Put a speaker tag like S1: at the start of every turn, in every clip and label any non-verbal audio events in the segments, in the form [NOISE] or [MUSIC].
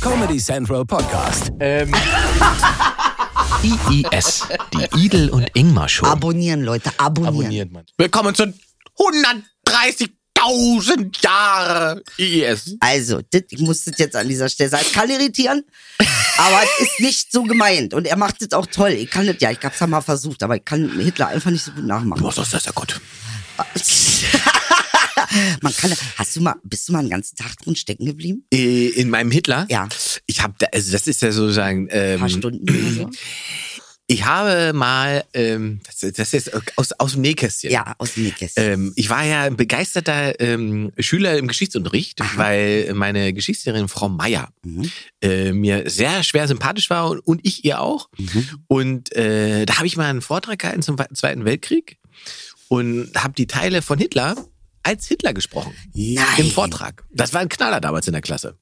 S1: Comedy Central Podcast.
S2: Ähm,
S3: IIS, die Idel und Ingmar Show.
S4: Abonnieren, Leute, abonnieren.
S2: abonniert man.
S5: Willkommen zu 130.000 Jahre E IES.
S4: Also, dit, ich muss das jetzt an dieser Stelle sagen. Es kann irritieren, aber es ist nicht so gemeint. Und er macht das auch toll. Ich kann das ja, ich hab's ja mal versucht, aber ich kann Hitler einfach nicht so gut nachmachen.
S5: Was ist das ja gut?
S4: [LAUGHS] Man kann, hast du mal, bist du mal einen ganzen Tag drin stecken geblieben?
S5: Äh, In meinem Hitler?
S4: Ja.
S5: Ich habe, da, also das ist ja sozusagen.
S4: Ein paar
S5: Ähm,
S4: Stunden oder so?
S5: ich habe mal, ähm, das, das ist aus, aus dem Nähkästchen.
S4: Ja, aus dem Nähkästchen.
S5: Ähm, ich war ja ein begeisterter ähm, Schüler im Geschichtsunterricht, weil meine Geschichtslehrerin Frau Meier äh, mir sehr schwer sympathisch war und, und ich ihr auch. Und äh, da habe ich mal einen Vortrag gehalten zum We- Zweiten Weltkrieg und habe die Teile von Hitler als Hitler gesprochen.
S4: Nein.
S5: Im Vortrag. Das war ein Knaller damals in der Klasse.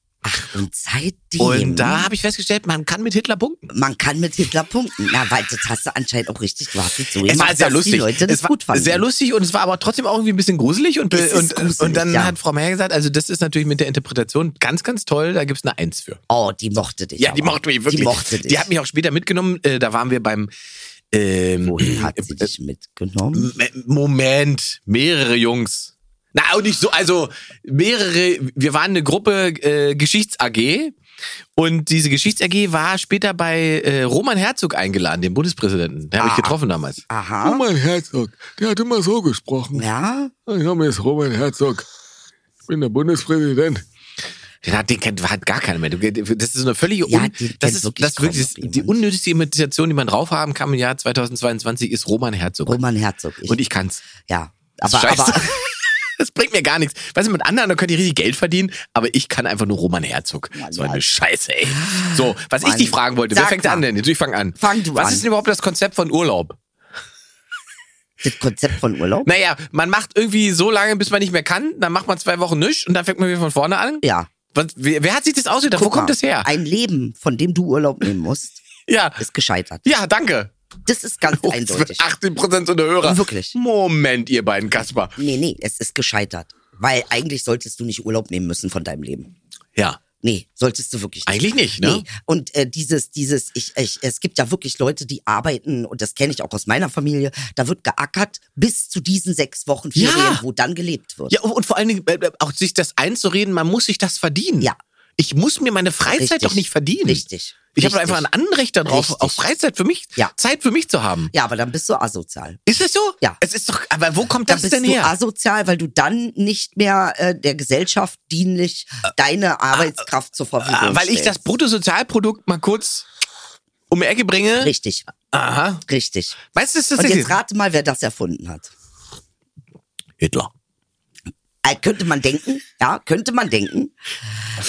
S4: Und seitdem.
S5: Und da habe ich festgestellt, man kann mit Hitler punkten.
S4: man kann mit Hitler punkten. Na, weil das hast du anscheinend auch richtig. Du hast es so
S5: Es
S4: gemacht,
S5: war sehr
S4: dass Die
S5: lustig.
S4: Leute das
S5: es war
S4: gut fanden.
S5: sehr lustig und es war aber trotzdem auch irgendwie ein bisschen gruselig und,
S4: Es ist
S5: und,
S4: gruselig,
S5: und dann
S4: ja.
S5: hat Frau Meyer gesagt, also das ist natürlich mit der Interpretation ganz, ganz toll, da gibt's eine Eins für.
S4: Oh, die mochte dich.
S5: Ja, die
S4: aber.
S5: mochte mich wirklich.
S4: Die mochte dich.
S5: Die hat mich auch später mitgenommen, äh, da waren wir beim ähm,
S4: Wohin hat sie
S5: äh,
S4: dich mitgenommen?
S5: M- Moment, mehrere Jungs. Na, auch nicht so, also mehrere, wir waren eine Gruppe äh, Geschichts-AG und diese Geschichts-AG war später bei äh, Roman Herzog eingeladen, dem Bundespräsidenten. Den habe ich
S4: Ah.
S5: getroffen damals.
S4: Aha.
S2: Roman Herzog, der hat immer so gesprochen.
S4: Ja.
S2: Mein Name ist Roman Herzog. Ich bin der Bundespräsident.
S5: Den hat, den kennt hat gar keiner mehr. Du- Das ist eine völlige
S4: Ja,
S5: Un
S4: den
S5: das
S4: kennt
S5: ist
S4: wirklich
S5: das
S4: kaum
S5: wirklich
S4: noch
S5: ist, die
S4: jemand.
S5: unnötigste Imitation, die man draufhaben kann im Jahr 2022 ist Roman Herzog.
S4: Roman Herzog.
S5: und ich kann's.
S4: Ja. Aber,
S5: Scheiße.
S4: aber [LAUGHS]
S5: Das bringt mir gar nichts. Weißt du, mit anderen, da könnt ihr richtig Geld verdienen, aber ich kann einfach nur Roman Herzog. so eine Scheiße, ey. So, was ich
S4: Mann.
S5: dich fragen wollte, wer
S4: Sag
S5: fängt
S4: mal.
S5: an denn? Jetzt ich fang an.
S4: Fang du
S5: was
S4: an.
S5: ist denn überhaupt das Konzept von Urlaub?
S4: das Konzept von Urlaub?
S5: Naja, man macht irgendwie so lange, bis man nicht mehr kann, dann macht man zwei Wochen nichts und dann fängt man wieder von vorne an.
S4: Ja.
S5: Was, wer, wer hat sich das ausgedacht? Wo
S4: Guck
S5: kommt
S4: mal,
S5: das her?
S4: Ein Leben, von dem du Urlaub
S5: [LAUGHS]
S4: nehmen musst,
S5: Ja.
S4: ist gescheitert.
S5: Ja, danke.
S4: Das ist ganz
S5: Oh,
S4: eindeutig.
S5: 18% der Hörer.
S4: Wirklich.
S5: Moment, ihr beiden Kasper.
S4: Nee, nee, es ist gescheitert. Weil eigentlich solltest du nicht Urlaub nehmen müssen von deinem Leben.
S5: Ja.
S4: Nee, solltest du wirklich nicht.
S5: Eigentlich nicht, ne?
S4: Nee. Und äh, dieses, dieses, ich, ich, es gibt ja wirklich Leute, die arbeiten, und das kenne ich auch aus meiner Familie, da wird geackert bis zu diesen sechs Wochen
S5: Ja.
S4: Ferien, wo dann gelebt wird.
S5: Ja, und vor allen Dingen äh, auch sich das einzureden, man muss sich das verdienen.
S4: Ja.
S5: Ich muss mir meine Freizeit
S4: Richtig.
S5: doch nicht verdienen.
S4: Richtig.
S5: Ich habe doch
S4: Richtig.
S5: einfach ein Anrecht darauf,
S4: Richtig.
S5: auf Freizeit für mich,
S4: Ja.
S5: Zeit für mich zu haben.
S4: Ja, aber dann bist du asozial.
S5: Ist das so?
S4: Ja.
S5: Es ist doch, aber wo kommt
S4: Da
S5: das
S4: bist
S5: denn
S4: du
S5: her?
S4: asozial, weil du dann nicht mehr äh, der Gesellschaft dienlich deine Arbeitskraft zur Verfügung
S5: Ah,
S4: stellst.
S5: Äh, Weil ich das Bruttosozialprodukt mal kurz um die Ecke bringe.
S4: Richtig,
S5: Aha.
S4: richtig.
S5: Weißt du, das ist
S4: Und jetzt
S5: das
S4: rate mal, wer das erfunden hat.
S5: Hitler.
S4: Äh, könnte man denken, ja, könnte man denken.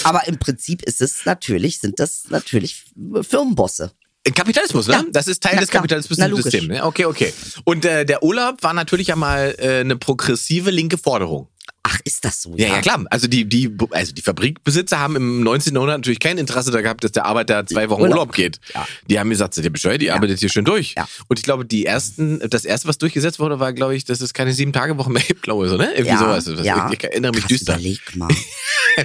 S4: Aber im Prinzip ist es natürlich, sind das natürlich Firmenbosse.
S5: Äh, Kapitalismus, ne?
S4: Ja.
S5: Das ist Teil
S4: Na
S5: des
S4: klar. Na logisch.
S5: Kapitalismus-Systems. Ne? Okay, okay. Und äh, der Urlaub war natürlich ja mal äh, eine progressive linke Forderung.
S4: Ach, ist das so?
S5: Ja, ja, klar. Also die, die, also die Fabrikbesitzer haben im 19. Jahrhundert natürlich kein Interesse da gehabt, dass der Arbeiter zwei Wochen
S4: Urlaub.
S5: Urlaub geht.
S4: Ja.
S5: Die haben gesagt, seid ihr bescheuert, ihr arbeitet hier schön durch.
S4: Ja.
S5: Und ich glaube, die ersten, das erste, was durchgesetzt wurde, war, glaube ich, dass es keine sieben Tage Wochen mehr gibt, glaube ich, so, ne? Irgendwie
S4: Ja,
S5: sowas. Das-
S4: ja.
S5: Ich erinnere mich
S4: Krass,
S5: düster. [LAUGHS]
S4: Überleg mal.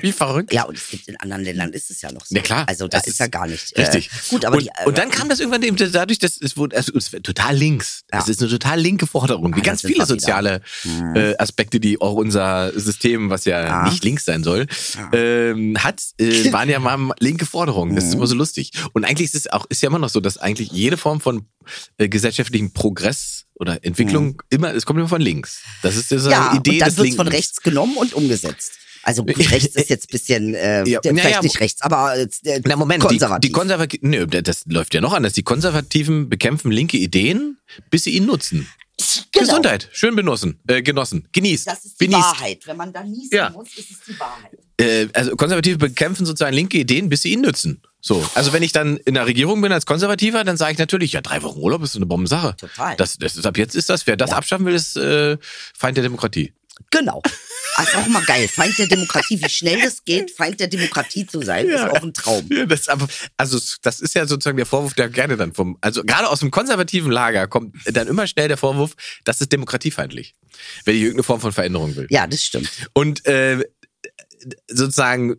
S5: Wie verrückt.
S4: Ja, und es gibt in anderen Ländern ist es ja noch so.
S5: Ja, klar.
S4: Also da
S5: Das
S4: ist,
S5: ist
S4: ja gar nicht.
S5: Richtig.
S4: Äh, gut, aber
S5: und,
S4: die, äh,
S5: und dann kam das irgendwann eben dadurch, dass es wurde also es war total links. Das
S4: Ja.
S5: ist eine total linke Forderung, wie
S4: Ah,
S5: ganz
S4: da sind
S5: viele
S4: wir wieder. Mhm.
S5: soziale äh, Aspekte, die auch unser System, was ja
S4: Ja.
S5: nicht links sein soll, ähm, hat, äh,
S4: [LAUGHS]
S5: waren ja mal linke Forderungen.
S4: Mhm.
S5: Das ist immer so lustig. Und eigentlich ist es auch ist ja immer noch so, dass eigentlich jede Form von äh, gesellschaftlichen Progress oder Entwicklung immer es kommt immer von links. Das ist diese
S4: Mhm. äh, ja,
S5: Idee
S4: und dann
S5: des
S4: wird's
S5: Linken.
S4: von rechts genommen und umgesetzt.
S5: [LAUGHS]
S4: Also gut, rechts ist jetzt ein bisschen, äh,
S5: Ja,
S4: der-
S5: na ja,
S4: vielleicht
S5: wo-
S4: nicht rechts, aber äh, der-
S5: Na Moment,
S4: konservativ.
S5: die, die Konservativen, nö, das läuft ja noch anders. Die Konservativen bekämpfen linke Ideen, bis sie ihn nutzen.
S4: Genau.
S5: Gesundheit, schön benossen, äh, genossen, genießt,
S4: das ist die
S5: benießt.
S4: Wahrheit. Wenn man da niesen
S5: Ja.
S4: muss, ist es die Wahrheit.
S5: Äh, also Konservative bekämpfen sozusagen linke Ideen, bis sie ihn nützen. So, also wenn ich dann in der Regierung bin als Konservativer, dann sage ich natürlich, ja, drei Wochen Urlaub ist eine Bombensache.
S4: Total.
S5: Das, das ist, ab jetzt ist das, wer das abschaffen will, ist äh, Feind der Demokratie.
S4: Genau. Das ist auch mal geil. Feind der Demokratie, wie schnell es geht, Feind der Demokratie zu sein, ist auch ein Traum.
S5: Ja, das, ist aber, also das ist ja sozusagen der Vorwurf, der gerne dann vom, also gerade aus dem konservativen Lager kommt dann immer schnell der Vorwurf, das ist demokratiefeindlich, wenn ich irgendeine Form von Veränderung will.
S4: Ja, das stimmt.
S5: Und äh, sozusagen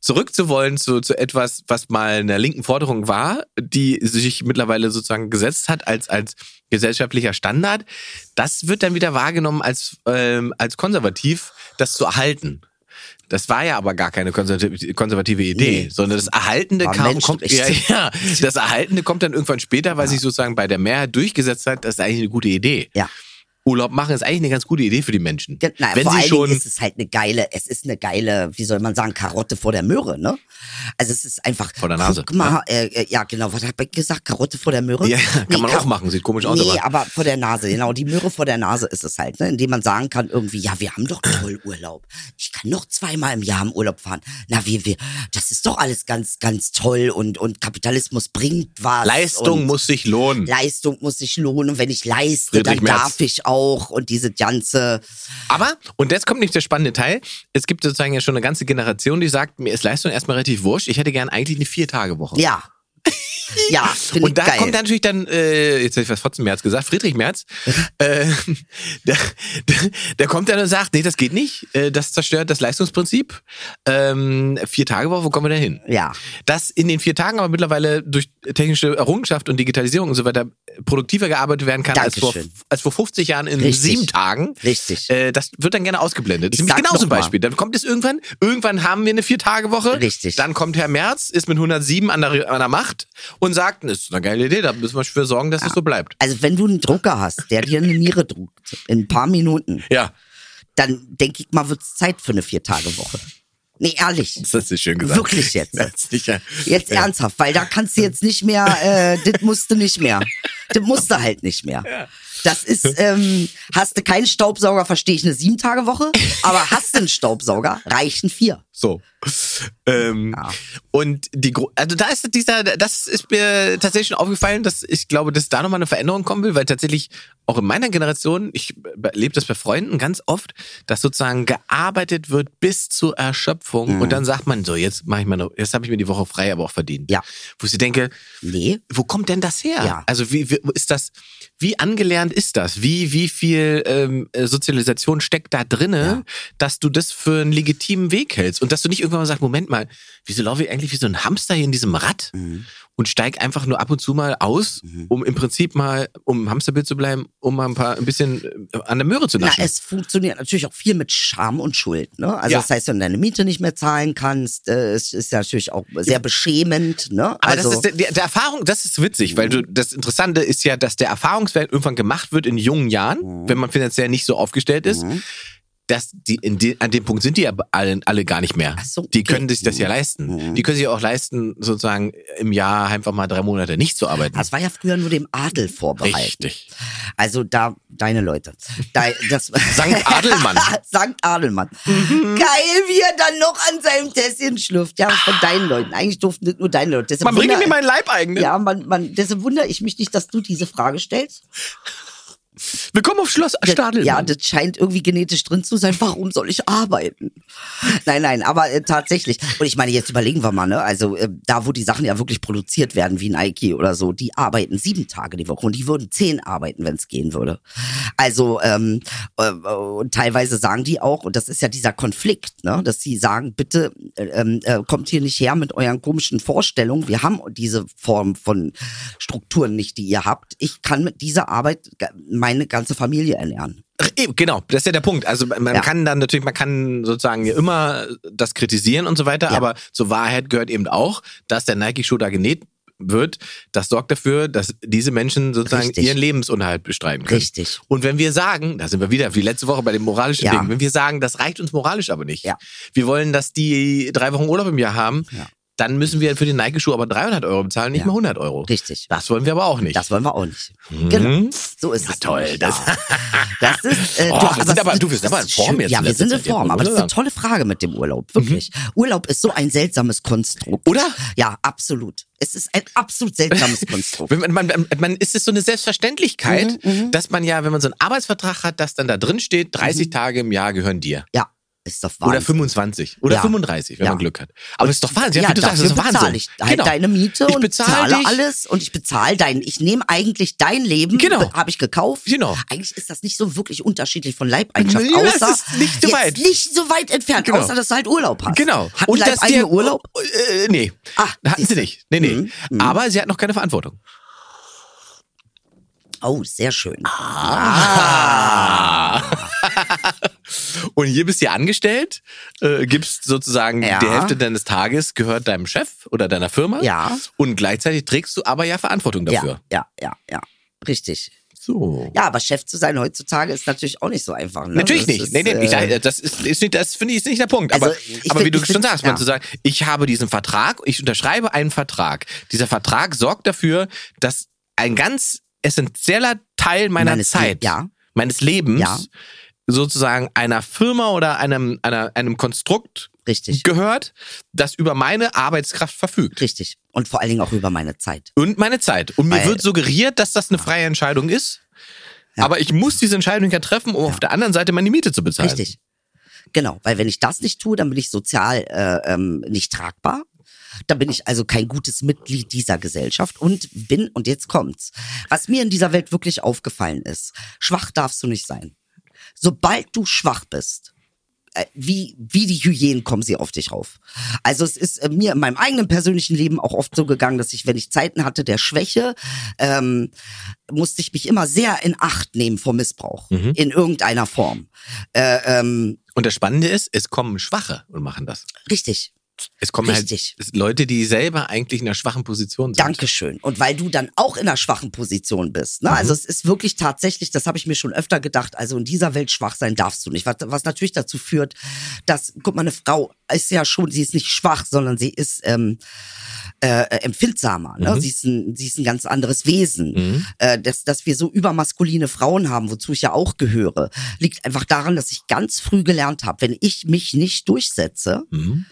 S5: zurückzuwollen zu, zu etwas, was mal einer linken Forderung war, die sich mittlerweile sozusagen gesetzt hat als, als gesellschaftlicher Standard, das wird dann wieder wahrgenommen als, ähm, als konservativ, das zu erhalten. Das war ja aber gar keine konservative, konservative Idee,
S4: Nee.
S5: sondern das Erhaltende
S4: War
S5: kam, kommt,
S4: [LAUGHS]
S5: ja,
S4: Menschenrecht.
S5: ja, das Erhaltende kommt dann irgendwann später, weil sich sozusagen bei der Mehrheit durchgesetzt hat, das ist eigentlich eine gute Idee.
S4: Ja.
S5: Urlaub machen ist eigentlich eine ganz gute Idee für die Menschen.
S4: Ja, na,
S5: Wenn
S4: vor
S5: sie
S4: allen
S5: schon
S4: Dingen ist es halt eine geile, es ist eine geile, wie soll man sagen, Karotte vor der Möhre, ne? Also es ist einfach.
S5: Vor der Nase,
S4: Guck mal, äh, äh, ja genau, was hab ich gesagt? Karotte vor der Möhre?
S5: Ja, kann man auch machen, sieht komisch aus,
S4: Nee,
S5: aber-
S4: aber vor der Nase, genau. Die Möhre vor der Nase ist es halt, ne? Indem man sagen kann, irgendwie, ja, wir haben doch toll Urlaub. Ich kann noch zweimal im Jahr im Urlaub fahren. Na, wir, wir, das ist doch alles ganz, ganz toll und, und Kapitalismus bringt was.
S5: Leistung
S4: und
S5: muss sich lohnen.
S4: Leistung muss sich lohnen und wenn ich leiste,
S5: Friedrich
S4: dann
S5: Merz.
S4: darf ich auch und diese ganze
S5: Aber, und jetzt kommt nicht der spannende Teil, es gibt sozusagen ja schon eine ganze Generation, die sagt, mir ist Leistung erstmal relativ wurscht, ich hätte gern eigentlich eine Vier-Tage-Woche.
S4: Ja.
S5: [LAUGHS]
S4: Ja, finde ich
S5: Und da
S4: geil.
S5: kommt dann natürlich dann, äh, jetzt hätte ich was trotzdem Merz gesagt, Friedrich Merz, äh, [LAUGHS] der, der, der kommt dann und sagt, nee, das geht nicht, äh, das zerstört das Leistungsprinzip. Ähm, vier Tage Woche, wo kommen wir da hin?
S4: ja,
S5: Dass in den vier Tagen aber mittlerweile durch technische Errungenschaft und Digitalisierung und so weiter produktiver gearbeitet werden kann als vor,
S4: Dankeschön.
S5: als vor 50 Jahren in
S4: Richtig.
S5: sieben Tagen.
S4: richtig.
S5: Äh, das wird dann gerne ausgeblendet.
S4: Ich
S5: Nämlich
S4: sag
S5: genau
S4: noch
S5: so ein
S4: mal.
S5: Beispiel. Dann kommt es irgendwann, irgendwann haben wir eine Vier-Tage-Woche.
S4: Richtig.
S5: Dann kommt Herr Merz, ist mit 107 an der, an der Macht und sagt, das ist eine geile Idee, da müssen wir für sorgen, dass es so bleibt.
S4: Also wenn du einen Drucker hast, der dir eine Niere druckt, in ein paar Minuten,
S5: Ja,
S4: dann denke ich mal, wird's Zeit für eine Vier-Tage-Woche. Nee, ehrlich.
S5: das hast du schön gesagt.
S4: Wirklich jetzt.
S5: Das ist sicher.
S4: Jetzt ernsthaft, weil da kannst du jetzt nicht mehr, äh, das musste nicht mehr. Das musste halt nicht mehr. Das ist, ähm, hast du keinen Staubsauger, verstehe ich eine Sieben-Tage-Woche, aber hast du einen Staubsauger, reichen vier.
S5: So. Ähm,
S4: Ja.
S5: Und die, Gro- also da ist dieser, das ist mir tatsächlich schon aufgefallen, dass ich glaube, dass da nochmal eine Veränderung kommen will, weil tatsächlich auch in meiner Generation, ich erlebe das bei Freunden ganz oft, dass sozusagen gearbeitet wird bis zur Erschöpfung und dann sagt man so, jetzt mache ich meine, jetzt habe ich mir die Woche frei, aber auch verdient.
S4: Ja.
S5: Wo ich so denke,
S4: Nee,
S5: wo kommt denn das her?
S4: Ja.
S5: Also wie, wie ist das? Wie angelernt ist das? Wie wie viel ähm, äh, Sozialisation steckt da drinne, dass du das für einen legitimen Weg hältst und dass du nicht irgendwann mal sagst, Moment mal, wieso laufe ich eigentlich wie so ein Hamster hier in diesem Rad und steig einfach nur ab und zu mal aus, um im Prinzip mal um im Hamsterbild zu bleiben, um mal ein paar ein bisschen äh, an der Möhre zu
S4: Na,
S5: naschen.
S4: es funktioniert natürlich auch viel mit Scham und Schuld. Ne? Also
S5: Ja.
S4: das heißt, wenn du deine Miete nicht mehr zahlen kannst, äh, es ist ja natürlich auch sehr beschämend. Ne?
S5: Aber
S4: also,
S5: das ist der, der, der Erfahrung, das ist witzig, weil du, das Interessante ist ja, dass der Erfahrungswert irgendwann gemacht wird in jungen
S4: Mhm.
S5: Jahren, wenn man finanziell nicht so aufgestellt ist. Dass die, in de, an dem Punkt sind die ja alle, alle gar nicht mehr.
S4: Ach so,
S5: Die
S4: okay. Mhm.
S5: können sich das ja leisten. Die können sich auch leisten, sozusagen im Jahr einfach mal drei Monate nicht zu arbeiten.
S4: das war ja früher nur dem Adel vorbehalten.
S5: Richtig.
S4: Also da, deine Leute. Da, das, [LAUGHS]
S5: Sankt Adelmann. Mhm.
S4: Sankt Adelmann. Geil, wie er dann noch an seinem Tässchen schlürft. Ja, von deinen Leuten. Eigentlich durften das nur deine Leute. Deshalb
S5: Man bringe
S4: wunder-
S5: mir meinen ne? Leibeigenen.
S4: ja, man, man, deshalb wundere ich mich nicht, dass du diese Frage stellst.
S5: Willkommen auf Schloss
S4: Das-
S5: Stadelmann.
S4: Ja, das scheint irgendwie genetisch drin zu sein. Warum soll ich arbeiten? Nein, nein, aber äh, tatsächlich. Und ich meine, jetzt überlegen wir mal, ne? Also äh, da, wo die Sachen ja wirklich produziert werden, wie Nike oder so, die arbeiten sieben Tage die Woche und die würden zehn arbeiten, wenn es gehen würde. Also ähm, äh, und teilweise sagen die auch, und das ist ja dieser Konflikt, ne? Dass sie sagen, bitte äh, äh, kommt hier nicht her mit euren komischen Vorstellungen. Wir haben diese Form von Strukturen nicht, die ihr habt. Ich kann mit dieser Arbeit ga- meine ganze Familie ernähren.
S5: Ach, eben, Genau, das ist ja der Punkt. Also man man
S4: Ja.
S5: kann dann natürlich, man kann sozusagen ja immer das kritisieren und so weiter,
S4: Ja.
S5: aber zur Wahrheit gehört eben auch, dass der Nike-Schuh da genäht wird. Das sorgt dafür, dass diese Menschen sozusagen
S4: Richtig.
S5: ihren Lebensunterhalt bestreiten können.
S4: Richtig.
S5: Und wenn wir sagen, da sind wir wieder, wie letzte Woche bei dem moralischen
S4: Ja.
S5: Ding, wenn wir sagen, das reicht uns moralisch aber nicht.
S4: Ja.
S5: Wir wollen, dass die drei Wochen Urlaub im Jahr haben,
S4: Ja.
S5: dann müssen wir für den Nike-Schuh aber 300 Euro bezahlen, nicht
S4: Ja.
S5: mehr 100 Euro.
S4: Richtig.
S5: Das wollen wir aber auch nicht.
S4: Das wollen wir auch nicht. Genau. So ist es.
S5: Mhm. toll,
S4: nämlich,
S5: das-
S4: ja. das ist. Äh,
S5: [LAUGHS] Oh,
S4: doch,
S5: wir
S4: aber
S5: sind aber-
S4: das-
S5: du, wir sind
S4: das
S5: aber in
S4: ist
S5: Form
S4: schön.
S5: jetzt in
S4: Ja, wir
S5: letzter
S4: sind in
S5: Zeit,
S4: Form.
S5: muss
S4: Aber
S5: man
S4: das ist eine
S5: sagen.
S4: tolle Frage mit dem Urlaub, wirklich. Urlaub ist so ein seltsames Konstrukt.
S5: Oder?
S4: Ja, absolut. Es ist ein absolut
S5: [LAUGHS]
S4: seltsames Konstrukt.
S5: Wenn Man, man, man ist es so eine
S4: Mhm,
S5: Selbstverständlichkeit, dass man ja, wenn man so einen Arbeitsvertrag hat, dass dann da drin steht, 30 Tage im Jahr gehören dir.
S4: Ja. Ist doch
S5: Oder
S4: Mhm. Wahnsinn.
S5: 25 oder
S4: Ja.
S5: 35, wenn
S4: Ja.
S5: man Glück hat. Aber es ist doch Wahnsinn. Ja,
S4: Ja,
S5: wie du sagst, es
S4: dafür
S5: ist doch Wahnsinn. Genau.
S4: bezahle ich halt deine Miete
S5: Ich
S4: und
S5: bezahle
S4: bezahle
S5: dich.
S4: alles und ich bezahle dein, ich nehme eigentlich dein Leben,
S5: Genau.
S4: habe ich gekauft.
S5: Genau.
S4: Eigentlich ist das nicht so wirklich unterschiedlich von Leibeigenschaft,
S5: Nee, das
S4: außer
S5: ist nicht so
S4: jetzt
S5: weit.
S4: nicht so weit entfernt,
S5: Genau.
S4: außer dass du halt Urlaub hast.
S5: Genau.
S4: Hat und
S5: dass
S4: Leibeigene
S5: der-
S4: Urlaub?
S5: Äh, nee.
S4: Ah,
S5: Hatten sie
S4: siehste.
S5: nicht. Nee, nee.
S4: Mhm,
S5: Aber sie hat noch keine Verantwortung.
S4: Oh, sehr schön.
S5: Ah. Und hier bist du angestellt, äh, gibst sozusagen
S4: Ja.
S5: die Hälfte deines Tages gehört deinem Chef oder deiner Firma.
S4: Ja.
S5: Und gleichzeitig trägst du aber ja Verantwortung dafür.
S4: Ja, ja, ja, ja. Richtig.
S5: So.
S4: Ja, aber Chef zu sein heutzutage ist natürlich auch nicht so einfach. Ne?
S5: Natürlich
S4: Das
S5: nicht.
S4: ist,
S5: nee, nee, ich,
S4: äh,
S5: sag, das ist, ist nicht, das finde ich ist nicht der Punkt.
S4: Also,
S5: aber
S4: ich
S5: aber
S4: find-
S5: wie du
S4: ich
S5: schon
S4: find-
S5: sagst, man
S4: ja.
S5: zu sagen, ich habe diesen Vertrag, ich unterschreibe einen Vertrag. Dieser Vertrag sorgt dafür, dass ein ganz essentieller Teil meiner
S4: Meines
S5: Zeit,
S4: Le- ja.
S5: meines Lebens,
S4: Ja.
S5: sozusagen einer Firma oder einem, einer, einem Konstrukt
S4: richtig,
S5: gehört, das über meine Arbeitskraft verfügt.
S4: richtig. Und vor allen Dingen auch über meine Zeit.
S5: Und meine Zeit. Und mir
S4: Weil-
S5: wird suggeriert, dass das eine freie Entscheidung ist. Aber ich muss diese Entscheidung ja treffen, um auf der anderen Seite meine Miete zu bezahlen.
S4: Richtig. Genau, weil wenn ich das nicht tue, dann bin ich sozial äh, ähm, nicht tragbar. Dann bin ich also kein gutes Mitglied dieser Gesellschaft und bin, und jetzt kommt's, was mir in dieser Welt wirklich aufgefallen ist, schwach darfst du nicht sein. Sobald du schwach bist, äh, wie, wie die Hyänen kommen sie auf dich rauf. Also es ist äh, mir in meinem eigenen persönlichen Leben auch oft so gegangen, dass ich, wenn ich Zeiten hatte der Schwäche, ähm, musste ich mich immer sehr in Acht nehmen vor Missbrauch in irgendeiner Form. Äh, ähm,
S5: Und das Spannende ist, es kommen Schwache und machen das.
S4: richtig.
S5: Es kommen
S4: Richtig.
S5: halt Leute, die selber eigentlich in einer schwachen Position sind.
S4: Dankeschön. Und weil du dann auch in einer schwachen Position bist. Ne? Also es ist wirklich tatsächlich, das habe ich mir schon öfter gedacht, also in dieser Welt schwach sein darfst du nicht. Was, was natürlich dazu führt, dass, guck mal, eine Frau ist ja schon, sie ist nicht schwach, sondern sie ist ähm, äh, äh, empfindsamer. Ne? Sie, ist ein, sie ist ein ganz anderes Wesen. Äh, dass, dass wir so übermaskuline Frauen haben, wozu ich ja auch gehöre, liegt einfach daran, dass ich ganz früh gelernt habe, wenn ich mich nicht durchsetze,
S5: Mhm.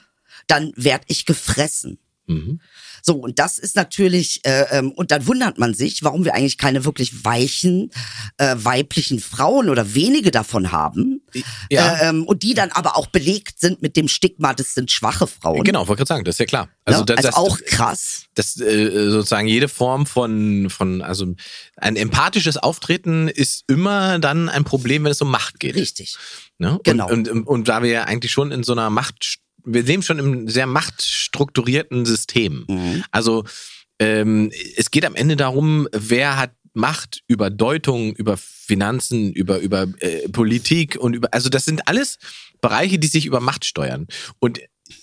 S4: dann werd ich gefressen.
S5: Mhm.
S4: So, und das ist natürlich, äh, ähm, und dann wundert man sich, warum wir eigentlich keine wirklich weichen, äh, weiblichen Frauen oder wenige davon haben.
S5: Ja.
S4: Äh, ähm, und die dann aber auch belegt sind mit dem Stigma, das sind schwache Frauen.
S5: Genau, wollte gerade sagen, das ist ja klar. Also,
S4: ne?
S5: das,
S4: also
S5: das,
S4: auch krass.
S5: das, äh, sozusagen jede Form von, von, also ein empathisches Auftreten ist immer dann ein Problem, wenn es um Macht geht.
S4: Richtig.
S5: Ne? Und-
S4: Genau.
S5: Und, und, und da wir ja eigentlich schon in so einer Macht, wir leben schon im sehr machtstrukturierten System.
S4: Mhm.
S5: Also ähm, es geht am Ende darum, wer hat Macht über Deutung, über Finanzen, über, über äh, Politik und über, also das sind alles Bereiche, die sich über Macht steuern. Und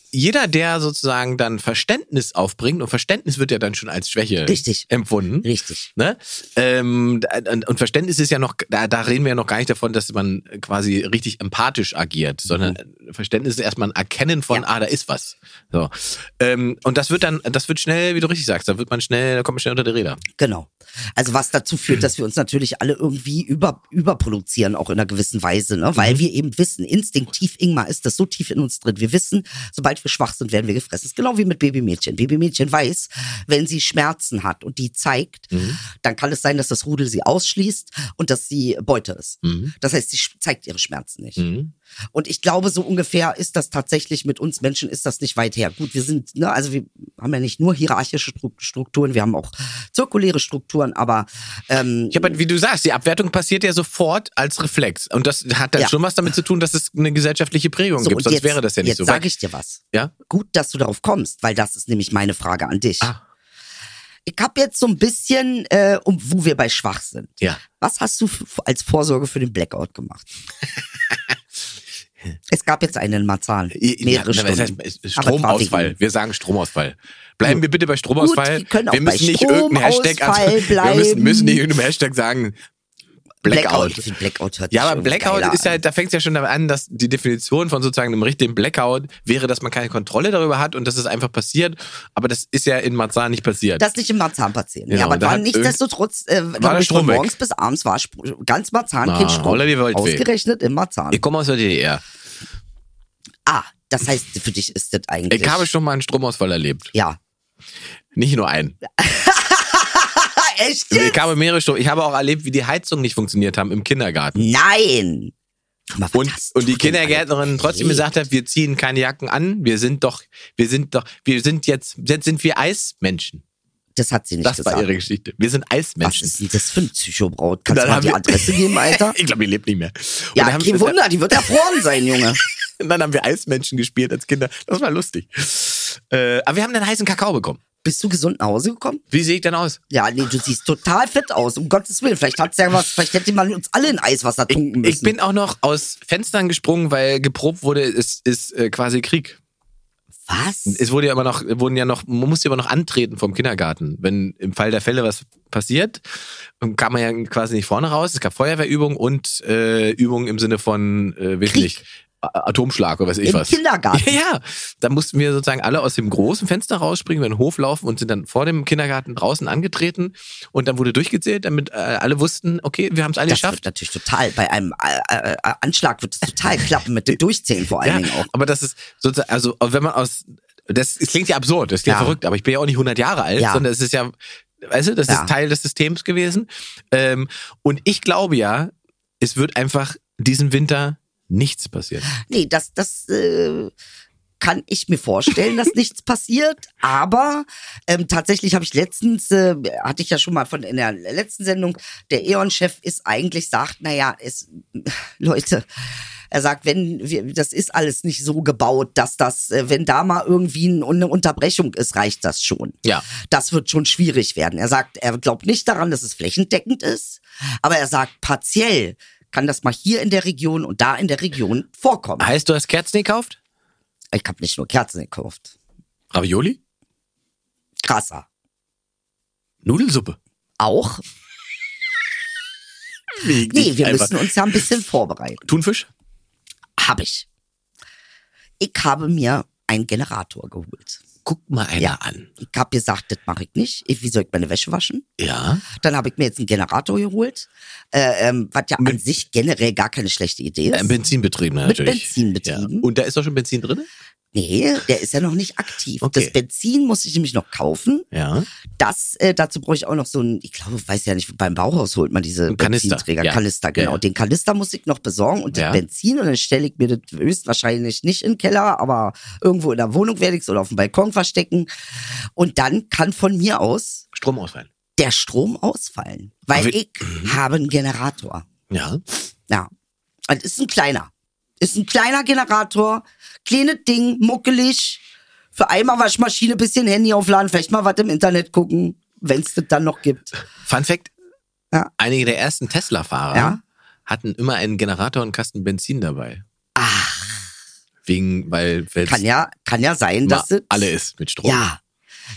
S5: jeder, der sozusagen dann Verständnis aufbringt, und Verständnis wird ja dann schon als Schwäche
S4: Richtig.
S5: empfunden.
S4: Richtig.
S5: Ne? Ähm, da- und, und Verständnis ist ja noch, da, da reden wir ja noch gar nicht davon, dass man quasi richtig empathisch agiert, sondern Verständnis ist erstmal ein Erkennen von, ah, da ist was. So. Ähm, und das wird dann, das wird schnell, wie du richtig sagst, da wird man schnell, da kommt man schnell unter die Räder.
S4: Genau. Also was dazu führt, dass wir uns natürlich alle irgendwie über, überproduzieren, auch in einer gewissen Weise, ne? weil wir eben wissen, instinktiv, Ingmar, ist das so tief in uns drin. Wir wissen, sobald wir schwach sind, werden wir gefressen. Das ist genau wie mit Babymädchen. Babymädchen weiß, wenn sie Schmerzen hat und die zeigt, dann kann es sein, dass das Rudel sie ausschließt und dass sie Beute ist. Das heißt, sie sch- zeigt ihre Schmerzen nicht. Und ich glaube, so ungefähr ist das tatsächlich mit uns Menschen ist das nicht weit her. Gut, wir sind, ne, also wir haben ja nicht nur hierarchische Stru- Strukturen, wir haben auch zirkuläre Strukturen, aber ähm,
S5: Ich habe halt, wie du sagst, die Abwertung passiert ja sofort als Reflex. Und das hat dann
S4: Ja.
S5: schon was damit zu tun, dass es eine gesellschaftliche Prägung
S4: so,
S5: gibt,
S4: und
S5: sonst
S4: jetzt,
S5: wäre das ja nicht
S4: jetzt
S5: so. Weil-
S4: sage ich dir was.
S5: ja?
S4: Gut, dass du darauf kommst, weil das ist nämlich meine Frage an dich.
S5: Ah.
S4: Ich habe jetzt so ein bisschen, äh, um wo wir bei schwach sind.
S5: Ja.
S4: Was hast du f- als Vorsorge für den Blackout gemacht?
S5: [LAUGHS]
S4: es gab jetzt einen in Marzahn. Mehrere
S5: Ja,
S4: Stunden.
S5: das Äh, heißt, Stromausfall. Wir sagen Stromausfall. Bleiben wir bitte bei Stromausfall.
S4: wir können auch
S5: wir müssen
S4: bei
S5: nicht irgendein Hashtag
S4: Stromausfall
S5: [LAUGHS] Wir müssen,
S4: bleiben.
S5: müssen nicht irgendeinem Hashtag sagen Blackout.
S4: Blackout, Blackout hört
S5: Ja,
S4: sich
S5: aber
S4: irgendwie
S5: Blackout
S4: geiler
S5: ist
S4: an.
S5: halt, da fängt es ja schon damit an, dass die Definition von sozusagen einem richtigen Blackout wäre, dass man keine Kontrolle darüber hat und dass es einfach passiert. Aber das ist ja in Marzahn nicht passiert.
S4: Das nicht in Marzahn passieren.
S5: Genau,
S4: ja, aber
S5: da
S4: war
S5: hat
S4: nichtsdestotrotz, äh,
S5: der
S4: glaub ich, von
S5: Strom weg.
S4: morgens bis abends war Sp- ganz Marzahn
S5: Na,
S4: kein Strom.
S5: holla die Waldfee.
S4: Ausgerechnet in Marzahn.
S5: ich komme aus der DDR.
S4: ah, das heißt, für dich ist das eigentlich.
S5: Ich habe schon mal einen Stromausfall erlebt.
S4: ja.
S5: Nicht nur einen.
S4: Ah, echt?
S5: Ich habe mehrere Strom. Ich habe auch erlebt, wie die Heizung nicht funktioniert haben im Kindergarten.
S4: Nein! Aber was
S5: Und,
S4: hast
S5: und
S4: du
S5: die
S4: denn
S5: Kindergärtnerin trotzdem
S4: erzählt?
S5: gesagt hat, wir ziehen keine Jacken an, wir sind doch, wir sind doch, wir sind jetzt, jetzt sind wir Eismenschen.
S4: Das hat sie nicht
S5: Das
S4: gesagt.
S5: war ihre Geschichte. Wir sind
S4: was
S5: Eismenschen.
S4: ist denn das für ein Psychobraut? Kannst du
S5: Dann
S4: mal
S5: haben
S4: die
S5: wir-
S4: Adresse
S5: [LAUGHS]
S4: geben, Alter?
S5: Ich glaube, die lebt nicht mehr. Und
S4: Ja,
S5: dann haben-
S4: kein Wunder, die wird erfroren sein, Junge.
S5: Und dann haben wir Eismenschen gespielt als Kinder. Das war lustig. Äh, aber wir haben dann heißen Kakao bekommen.
S4: Bist du gesund nach Hause gekommen?
S5: Wie sehe ich denn aus?
S4: Ja, nee, du siehst total fit aus. Um Gottes Willen, vielleicht hat's ja was, vielleicht hätte man uns alle in Eiswasser tunken müssen.
S5: Ich bin auch noch aus Fenstern gesprungen, weil geprobt wurde, es ist äh, quasi Krieg.
S4: was?
S5: Es wurde ja immer noch, wurden ja noch, man musste immer noch antreten vom Kindergarten. Wenn im Fall der Fälle was passiert, kam man ja quasi nicht vorne raus. Es gab Feuerwehrübungen und äh, Übungen im Sinne von, äh, weiß
S4: Krieg.
S5: nicht, A- Atomschlag oder weiß ich
S4: Im
S5: was.
S4: Kindergarten.
S5: [LAUGHS] Ja, ja, da mussten wir sozusagen alle aus dem großen Fenster rausspringen, über den Hof laufen und sind dann vor dem Kindergarten draußen angetreten. Und dann wurde durchgezählt, damit äh, alle wussten, okay, wir haben es alle
S4: Das
S5: geschafft.
S4: wird natürlich total, bei einem äh, äh, äh, Anschlag wird es total klappen mit dem Durchzählen vor allen Dingen auch.
S5: Aber das ist sozusagen, also wenn man aus, das es klingt ja absurd, das klingt
S4: Ja.
S5: verrückt, aber ich bin ja auch nicht 100 Jahre alt,
S4: Ja.
S5: sondern es ist ja, weißt du, das
S4: Ja.
S5: ist Teil des Systems gewesen. Ähm, und ich glaube ja, es wird einfach diesen Winter nichts passieren.
S4: Nee, das, das äh, kann ich mir vorstellen, dass nichts passiert. Aber ähm, tatsächlich habe ich letztens, äh, hatte ich ja schon mal von in der letzten Sendung, der E.ON-Chef ist eigentlich, sagt, naja, es, [LAUGHS] Leute, er sagt, wenn wir, das ist alles nicht so gebaut, dass das, äh, wenn da mal irgendwie ein, eine Unterbrechung ist, reicht das schon.
S5: Ja.
S4: Das wird schon schwierig werden. Er sagt, er glaubt nicht daran, dass es flächendeckend ist, aber er sagt, partiell kann das mal hier in der Region und da in der Region vorkommen.
S5: Heißt, du hast Kerzen gekauft?
S4: Ich habe nicht nur Kerzen gekauft.
S5: Ravioli?
S4: Krasser.
S5: Nudelsuppe?
S4: Auch? Nee, wir müssen uns ja ein bisschen vorbereiten.
S5: Thunfisch?
S4: Habe ich. Ich habe mir einen Generator geholt.
S5: Guck mal einer
S4: Ja.
S5: an.
S4: Ich habe gesagt, das mache ich nicht. Ich, wie soll ich meine Wäsche waschen?
S5: Ja.
S4: Dann habe ich mir jetzt einen Generator geholt, äh, ähm, was ja an
S5: Mit-
S4: sich generell gar keine schlechte Idee ist.
S5: Ein Benzinbetriebener
S4: Mit
S5: Äh, natürlich.
S4: Benzin betrieben.
S5: Ja. Und da ist doch schon Benzin drin?
S4: nee, der ist ja noch nicht aktiv.
S5: Okay.
S4: Das Benzin muss ich nämlich noch kaufen.
S5: Ja.
S4: Das, äh, dazu brauche ich auch noch so einen, ich glaube, weiß ja nicht, beim Bauhaus holt man diese
S5: Ein Kanister,
S4: Benzinträger,
S5: ja.
S4: Kanister, genau.
S5: Ja, ja.
S4: Den Kanister muss ich noch besorgen und
S5: Ja.
S4: das Benzin und dann stelle ich mir das höchstwahrscheinlich nicht in den Keller, aber irgendwo in der Wohnung werde ich es oder auf dem Balkon verstecken. Und dann kann von mir aus
S5: Stromausfall.
S4: der Strom ausfallen, weil
S5: Aber wir-
S4: ich habe einen Generator.
S5: Ja.
S4: Ja. Und ist ein kleiner. Ist ein kleiner Generator, kleines Ding, muckelig. Für einmal Waschmaschine, bisschen Handy aufladen, vielleicht mal was im Internet gucken, wenn es das dann noch gibt.
S5: Fun Fact:
S4: Ja.
S5: Einige der ersten Tesla-Fahrer
S4: Ja.
S5: hatten immer einen Generator und einen Kasten Benzin dabei. Ach. Wegen, weil weil
S4: Kann
S5: es
S4: ja, kann ja sein,
S5: ma-
S4: dass das
S5: alle ist mit Strom.
S4: Ja.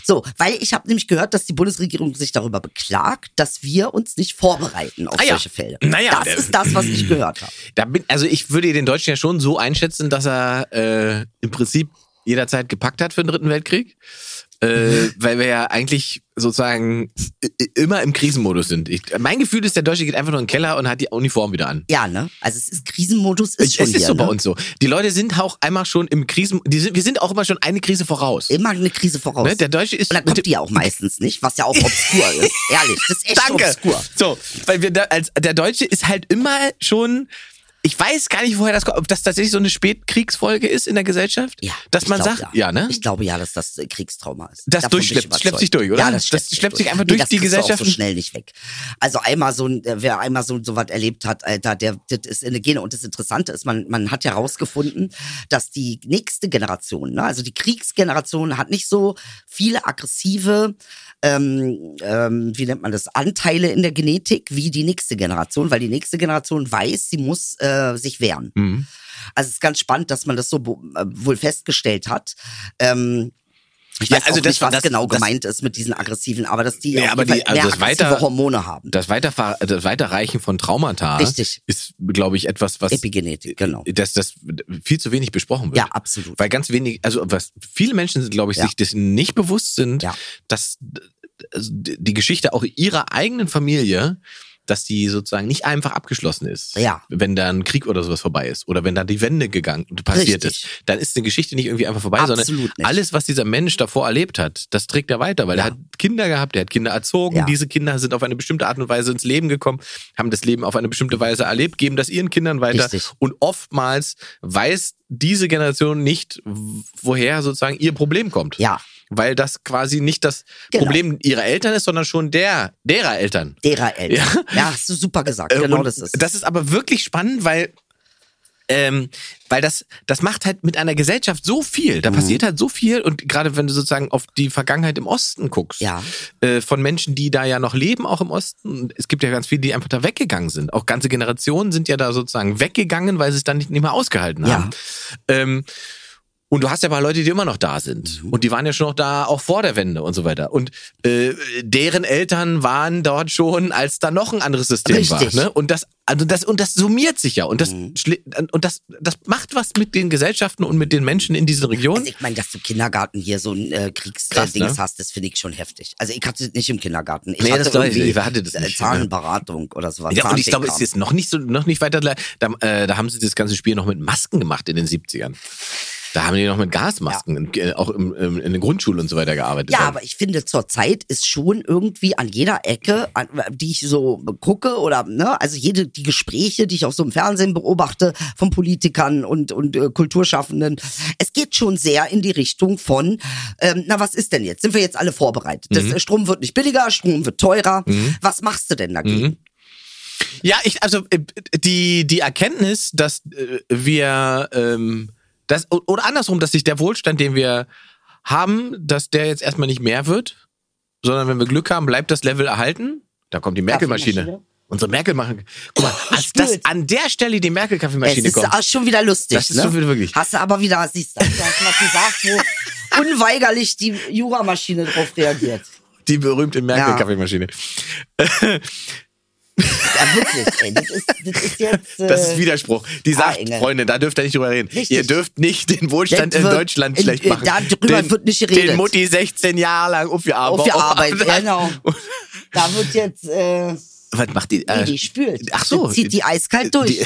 S4: So, weil ich habe nämlich gehört, dass die Bundesregierung sich darüber beklagt, dass wir uns nicht vorbereiten auf
S5: Ah ja.
S4: solche Fälle.
S5: Naja,
S4: das
S5: der-
S4: ist das, was ich gehört habe.
S5: Da bin, also ich würde den Deutschen ja schon so einschätzen, dass er äh, im Prinzip jederzeit gepackt hat für den Dritten Weltkrieg. Äh,
S4: [LAUGHS]
S5: weil wir ja eigentlich sozusagen i- i- immer im Krisenmodus sind. Ich, mein Gefühl ist, der Deutsche geht einfach nur in den Keller und hat die Uniform wieder an.
S4: Ja, ne? Also es ist Krisenmodus ist
S5: es
S4: schon
S5: ist
S4: hier,
S5: so bei
S4: ne?
S5: uns so. Die Leute sind auch einmal schon im Krisen, die sind, wir sind auch immer schon eine Krise voraus.
S4: Immer eine Krise voraus.
S5: Ne? Der Deutsche ist
S4: Und dann kommt die ja auch meistens nicht, was ja auch obskur
S5: [LAUGHS]
S4: ist. Ehrlich, das ist echt
S5: Danke.
S4: obskur.
S5: So, weil wir da, als der Deutsche ist halt immer schon. Ich weiß gar nicht, woher das kommt, ob das tatsächlich so eine Spätkriegsfolge ist in der Gesellschaft.
S4: Ja,
S5: dass
S4: ich
S5: man
S4: glaub,
S5: sagt,
S4: ja.
S5: ja, ne?
S4: Ich glaube ja, dass das äh, Kriegstrauma ist.
S5: Das
S4: Davon bin ich
S5: durchschleppt-
S4: überzeugt.
S5: schleppt sich durch, oder?
S4: Ja, das
S5: Das
S4: schleppt,
S5: schleppt sich einfach durch
S4: das
S5: die
S4: kriegst du auch so
S5: Gesellschaften.
S4: schnell nicht weg. Also einmal so ein, äh, wer einmal so sowas erlebt hat, Alter, der das ist in der Gene und das Interessante ist, man man hat ja herausgefunden, dass die nächste Generation, ne, also die Kriegsgeneration, hat nicht so viele aggressive ähm, ähm, wie nennt man das, Anteile in der Genetik wie die nächste Generation, weil die nächste Generation weiß, sie muss äh, sich wehren.
S5: Mhm.
S4: Also es ist ganz spannend, dass man das so bo- äh, wohl festgestellt hat. Ähm, ich
S5: Ja,
S4: weiß
S5: also
S4: auch
S5: das
S4: nicht,
S5: war-
S4: was
S5: das-
S4: genau
S5: das-
S4: gemeint ist mit diesen aggressiven, aber dass die,
S5: Ja,
S4: auf
S5: aber
S4: jeden
S5: die-
S4: Fall
S5: also
S4: mehr
S5: das weiter-
S4: aggressive Hormone haben.
S5: Das, Weiterfahr das Weiterreichen von Traumata
S4: Richtig.
S5: ist, glaube ich, etwas, was
S4: Epigenetik, genau.
S5: dass das viel zu wenig besprochen wird.
S4: Ja, absolut.
S5: Weil ganz wenig, also was viele Menschen sind, glaube ich,
S4: Ja.
S5: sich dessen nicht bewusst sind,
S4: Ja.
S5: dass d- also die die Geschichte auch ihrer eigenen Familie dass die sozusagen nicht einfach abgeschlossen ist.
S4: Ja.
S5: Wenn da ein Krieg oder sowas vorbei ist oder wenn da die Wende gegangen passiert
S4: Richtig.
S5: ist, dann ist eine Geschichte nicht irgendwie einfach vorbei, sondern
S4: Absolut nicht.
S5: alles, was dieser Mensch davor erlebt hat, das trägt er weiter, weil er hat Kinder gehabt, er hat Kinder erzogen,
S4: Ja.
S5: diese Kinder sind auf eine bestimmte Art und Weise ins Leben gekommen, haben das Leben auf eine bestimmte Weise erlebt, geben das ihren Kindern weiter
S4: Richtig.
S5: und oftmals weiß diese Generation nicht, w- woher sozusagen ihr Problem kommt.
S4: Ja.
S5: Weil das quasi nicht das
S4: Genau.
S5: Problem ihrer Eltern ist, sondern schon der, derer Eltern.
S4: Derer Eltern. Ja. hast du super gesagt.
S5: Äh,
S4: Genau
S5: und
S4: das ist.
S5: Das ist aber wirklich spannend, weil ähm, weil das, das macht halt mit einer Gesellschaft so viel. Da
S4: Mhm.
S5: passiert halt so viel. Und gerade wenn du sozusagen auf die Vergangenheit im Osten guckst,
S4: Ja.
S5: äh, von Menschen, die da ja noch leben, auch im Osten, und es gibt ja ganz viele, die einfach da weggegangen sind. Auch ganze Generationen sind ja da sozusagen weggegangen, weil sie es dann nicht, nicht mehr ausgehalten
S4: Ja.
S5: haben. Ähm, und du hast ja mal Leute, die immer noch da
S4: Mhm.
S5: sind. Und die waren ja schon noch da, auch vor der Wende und so weiter. Und äh, deren Eltern waren dort schon, als da noch ein anderes System
S4: Richtig.
S5: war. Ne? Und das, also das, und das summiert sich ja. Und das,
S4: Mhm.
S5: schli- und das, das macht was mit den Gesellschaften und mit den Menschen in diesen Regionen.
S4: Also ich meine, dass du im Kindergarten hier so ein äh,
S5: Krass,
S4: Kriegsdings
S5: ne?
S4: hast, das finde ich schon heftig. Also ich hatte es nicht im Kindergarten. Ich
S5: Nee,
S4: hatte
S5: das glaub ich,
S4: irgendwie äh,
S5: ich hatte das nicht.
S4: Zahnberatung oder sowas.
S5: Ja, und ich glaube, es ist
S4: Zahndingkram.
S5: jetzt noch nicht so, noch nicht weiter. Da, äh, da haben sie das ganze Spiel noch mit Masken gemacht in den 70ern. Da haben die noch mit Gasmasken, äh, auch im, im, in der Grundschule und so weiter gearbeitet.
S4: Ja,
S5: haben.
S4: aber ich finde, zurzeit ist schon irgendwie an jeder Ecke, an, die ich so gucke oder, ne, also jede, die Gespräche, die ich auf so im Fernsehen beobachte, von Politikern und, und äh, Kulturschaffenden, es geht schon sehr in die Richtung von, ähm, na, was ist denn jetzt? Sind wir jetzt alle vorbereitet? Das,
S5: Mhm.
S4: äh, Strom wird nicht billiger, Strom wird teurer. Was machst du denn dagegen?
S5: Mhm. Ja, ich, also äh, die, die Erkenntnis, dass äh, wir ähm, das oder andersrum, dass sich der Wohlstand, den wir haben, dass der jetzt erstmal nicht mehr wird, sondern wenn wir Glück haben, bleibt das Level erhalten. Da kommt die Merkel-Maschine.
S4: Kaffeemaschine.
S5: Unsere Merkel machen. Guck mal, als
S4: spür's.
S5: das an der Stelle die Merkel-Kaffeemaschine
S4: es ist
S5: kommt.
S4: auch schon wieder lustig.
S5: Das ist
S4: ne?
S5: schon wieder wirklich.
S4: Hast du aber wieder, siehst du, hast du was gesagt,
S5: [LAUGHS]
S4: wo unweigerlich die Juramaschine drauf reagiert.
S5: Die berühmte Merkel-Kaffeemaschine.
S4: Ja, wirklich, ey. Das ist, das ist jetzt. Äh,
S5: Das ist Widerspruch. Die sagt,
S4: Engel.
S5: Freunde, da dürft ihr nicht drüber reden.
S4: Richtig.
S5: Ihr dürft nicht den Wohlstand
S4: Das
S5: in
S4: wird-
S5: Deutschland
S4: in-
S5: schlecht
S4: äh,
S5: machen.
S4: da drüber
S5: den,
S4: wird nicht
S5: Den
S4: geredet.
S5: Mutti 16 Jahre lang aufgearbeitet.
S4: auf die Arbeit, genau.
S5: [LAUGHS]
S4: Da wird jetzt. Äh,
S5: Was macht die? äh,
S4: Nee, die spült.
S5: Ach so.
S4: Die zieht die eiskalt durch.
S5: Die-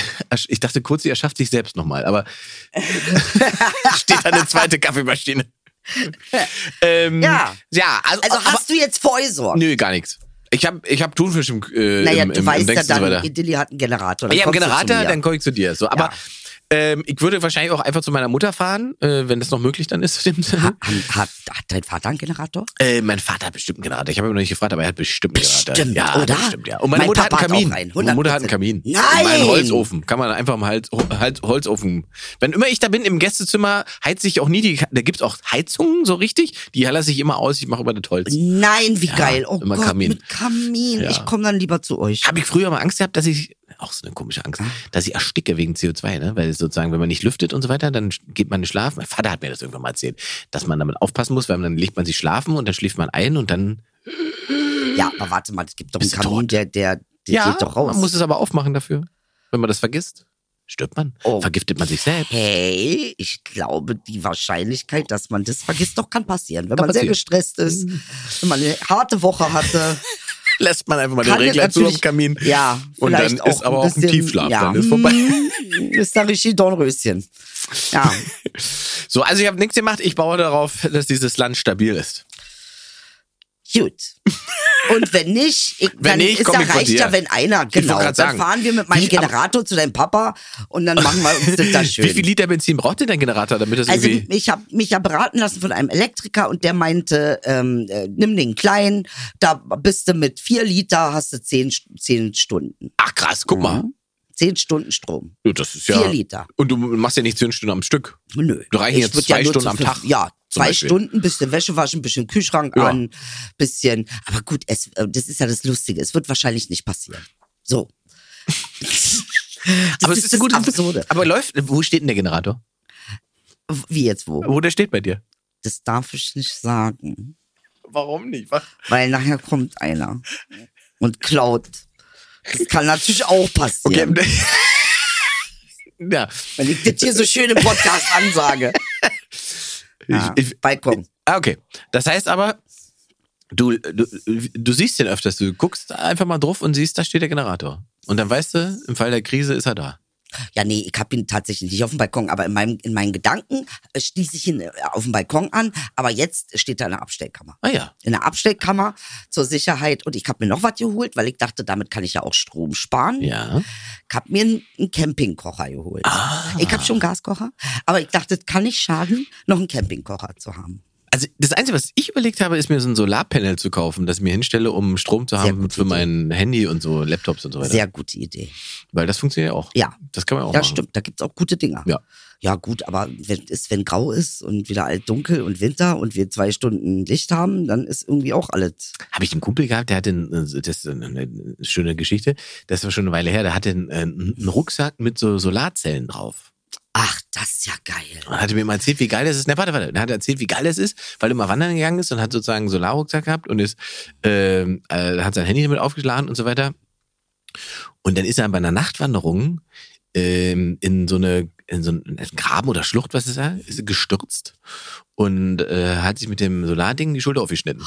S5: ich dachte kurz, sie erschafft sich selbst nochmal, aber [LAUGHS] steht da eine zweite
S4: [LAUGHS]
S5: Kaffeemaschine. ähm,
S4: Ja.
S5: Ja, also,
S4: also
S5: aber,
S4: hast du jetzt Vorsorge?
S5: Nö, gar nichts. Ich habe ich hab Thunfisch im, äh,
S4: naja,
S5: im,
S4: du
S5: im, im
S4: weißt ja
S5: Dings und so weiter. Ah,
S4: dann, Dilly hat einen Generator. dann
S5: Ja, im
S4: kommst du zu
S5: Generator,
S4: mir.
S5: dann komme ich zu dir. So, aber
S4: Ja.
S5: ähm, ich würde wahrscheinlich auch einfach zu meiner Mutter fahren, äh, wenn das noch möglich dann ist. [LAUGHS]
S4: Ha- Hat, hat, hat dein Vater einen Generator?
S5: äh, mein Vater hat bestimmt einen Generator. Ich habe ihn noch nicht gefragt, aber er hat bestimmt einen Generator.
S4: Bestimmt,
S5: Ja,
S4: oder?
S5: bestimmt, ja. Und meine
S4: Mein
S5: Mutter
S4: Papa
S5: hat einen
S4: hat auch
S5: Kamin.
S4: einen,
S5: meine Mutter hat einen
S4: 100%.
S5: Kamin.
S4: Nein!
S5: Und Einen Holzofen. Kann man einfach im Hals, Hals, Holzofen. Wenn immer ich da bin im Gästezimmer, heize ich auch nie die. Da gibt's auch Heizungen so richtig. Die lasse ich immer aus. Ich mache immer das Holz.
S4: Nein, wie geil. Oh
S5: immer
S4: Gott,
S5: Kamin.
S4: mit Kamin.
S5: Ja.
S4: Ich komme dann lieber zu euch.
S5: Habe ich früher mal Angst gehabt, dass ich auch so eine komische
S4: Ah.
S5: Angst, dass ich ersticke wegen CO2, ne? Weil sozusagen, wenn man nicht lüftet und so weiter, dann geht man in Schlaf. Mein Vater hat mir das irgendwann mal erzählt, dass man damit aufpassen muss, weil dann legt man sich schlafen und dann schläft man ein und dann
S4: Ja, aber warte mal, es gibt doch einen
S5: Bist du
S4: Kamin,
S5: tot?
S4: der, der, der geht doch raus.
S5: man muss es aber aufmachen dafür. Wenn man das vergisst, stirbt man,
S4: Oh.
S5: vergiftet man sich selbst.
S4: hey, ich glaube, die Wahrscheinlichkeit, dass man das vergisst, doch kann passieren. Wenn
S5: Kann
S4: man sehr
S5: passieren. Mhm.
S4: gestresst ist, wenn man eine harte Woche hatte,
S5: [LAUGHS] Lässt man einfach mal
S4: kann
S5: den
S4: es
S5: Regler zu
S4: natürlich,
S5: am Kamin.
S4: ja,
S5: Und dann
S4: vielleicht
S5: ist
S4: auch
S5: aber
S4: ein
S5: auch ein Mhm.
S4: bisschen,
S5: Tiefschlaf,
S4: ja,
S5: dann ist vorbei.
S4: mm, Ist dann richtig Dornröschen. Ja,
S5: So, also ich habe nichts gemacht. Ich baue darauf, dass dieses Land stabil ist.
S4: gut. Und wenn nicht, ich, dann
S5: nicht,
S4: ist
S5: komm
S4: ja
S5: ich von
S4: reicht
S5: dir.
S4: ja, wenn einer,
S5: wollte
S4: genau,
S5: grad
S4: dann
S5: sagen,
S4: fahren wir mit meinem
S5: wie-
S4: Generator zu deinem Papa und dann machen wir uns
S5: [LAUGHS]
S4: das da schön.
S5: Wie viel Liter Benzin braucht denn dein Generator, damit das
S4: Also
S5: irgendwie...
S4: ich habe mich ja beraten lassen von einem Elektriker und der meinte, ähm, äh, nimm den kleinen, da bist du mit vier Liter, hast du zehn, zehn Stunden.
S5: Ach krass, guck mal.
S4: Zehn Stunden Strom.
S5: Ja, das ist ja...
S4: Vier Liter.
S5: Und du machst ja nicht zehn Stunden am Stück.
S4: Nö.
S5: Da reichen
S4: Ich
S5: jetzt
S4: würd
S5: zwei
S4: nur
S5: Stunden
S4: zu
S5: am
S4: fünf-
S5: Tag,
S4: Ja,
S5: zum
S4: zwei
S5: Beispiel.
S4: Stunden, bisschen Wäsche waschen, bisschen Kühlschrank
S5: Ja.
S4: an, bisschen. Aber gut, es, äh, das ist ja das Lustige. Es wird wahrscheinlich nicht passieren.
S5: [LAUGHS]
S4: So. das
S5: es
S4: das
S5: eine gute-
S4: Absurde.
S5: Aber läuft... Wo steht denn der Generator?
S4: Wie jetzt wo?
S5: Wo der steht bei dir?
S4: Das darf ich nicht sagen.
S5: Warum nicht? Was?
S4: weil nachher kommt einer und klaut. Das kann natürlich auch
S5: Okay.
S4: passieren,
S5: [LAUGHS] ja.
S4: wenn ich das hier so schön im Podcast ansage.
S5: Ich,
S4: Ja,
S5: [LAUGHS] ich,
S4: Balkon.
S5: ah, okay. Das heißt aber, Du, du, du siehst den öfters, du guckst einfach mal drauf und siehst, da steht der Generator. Und dann weißt du, im Fall der Krise ist er da.
S4: Ja, nee, ich hab ihn tatsächlich nicht auf dem Balkon, aber in, meinem, in meinen Gedanken äh, stieß ich ihn äh, auf dem Balkon an, aber jetzt steht er in der Abstellkammer.
S5: Ah ja.
S4: In der Abstellkammer zur Sicherheit und ich hab mir noch was geholt, weil ich dachte, damit kann ich ja auch Strom sparen.
S5: Ja.
S4: Ich hab mir einen- einen Campingkocher geholt. Ich hab schon einen Gaskocher, aber ich dachte, es kann nicht schaden, noch einen Campingkocher zu haben.
S5: Also das Einzige, was ich überlegt habe, ist mir so ein Solarpanel zu kaufen, das ich mir hinstelle, um Strom zu
S4: Sehr
S5: haben
S4: gute
S5: für
S4: Idee.
S5: mein Handy und so Laptops und so weiter.
S4: Sehr gute Idee.
S5: Weil das funktioniert ja auch.
S4: Ja.
S5: Das kann man ja auch
S4: Ja,
S5: machen.
S4: stimmt, da gibt's auch gute Dinger.
S5: Ja.
S4: Ja, gut, aber wenn es wenn grau ist und wieder alt dunkel und Winter und wir zwei Stunden Licht haben, dann ist irgendwie auch alles.
S5: Habe ich einen Kumpel gehabt, der hatte einen, äh, das ist eine schöne Geschichte, das war schon eine Weile her, der hatte einen, äh, einen Rucksack mit so Solarzellen drauf.
S4: Ach, das ist ja geil.
S5: Und hat mir mal erzählt, wie geil das ist. Na, warte, warte. Er hat erzählt, wie geil das ist, weil er mal wandern gegangen ist und hat sozusagen einen Solarrucksack gehabt und ist, ähm, äh, hat sein Handy damit aufgeschlagen und so weiter. Und dann ist er bei einer Nachtwanderung ähm, in so eine in so einen Graben oder Schlucht, was ist er, ist gestürzt und äh, hat sich mit dem Solarding die Schulter aufgeschnitten.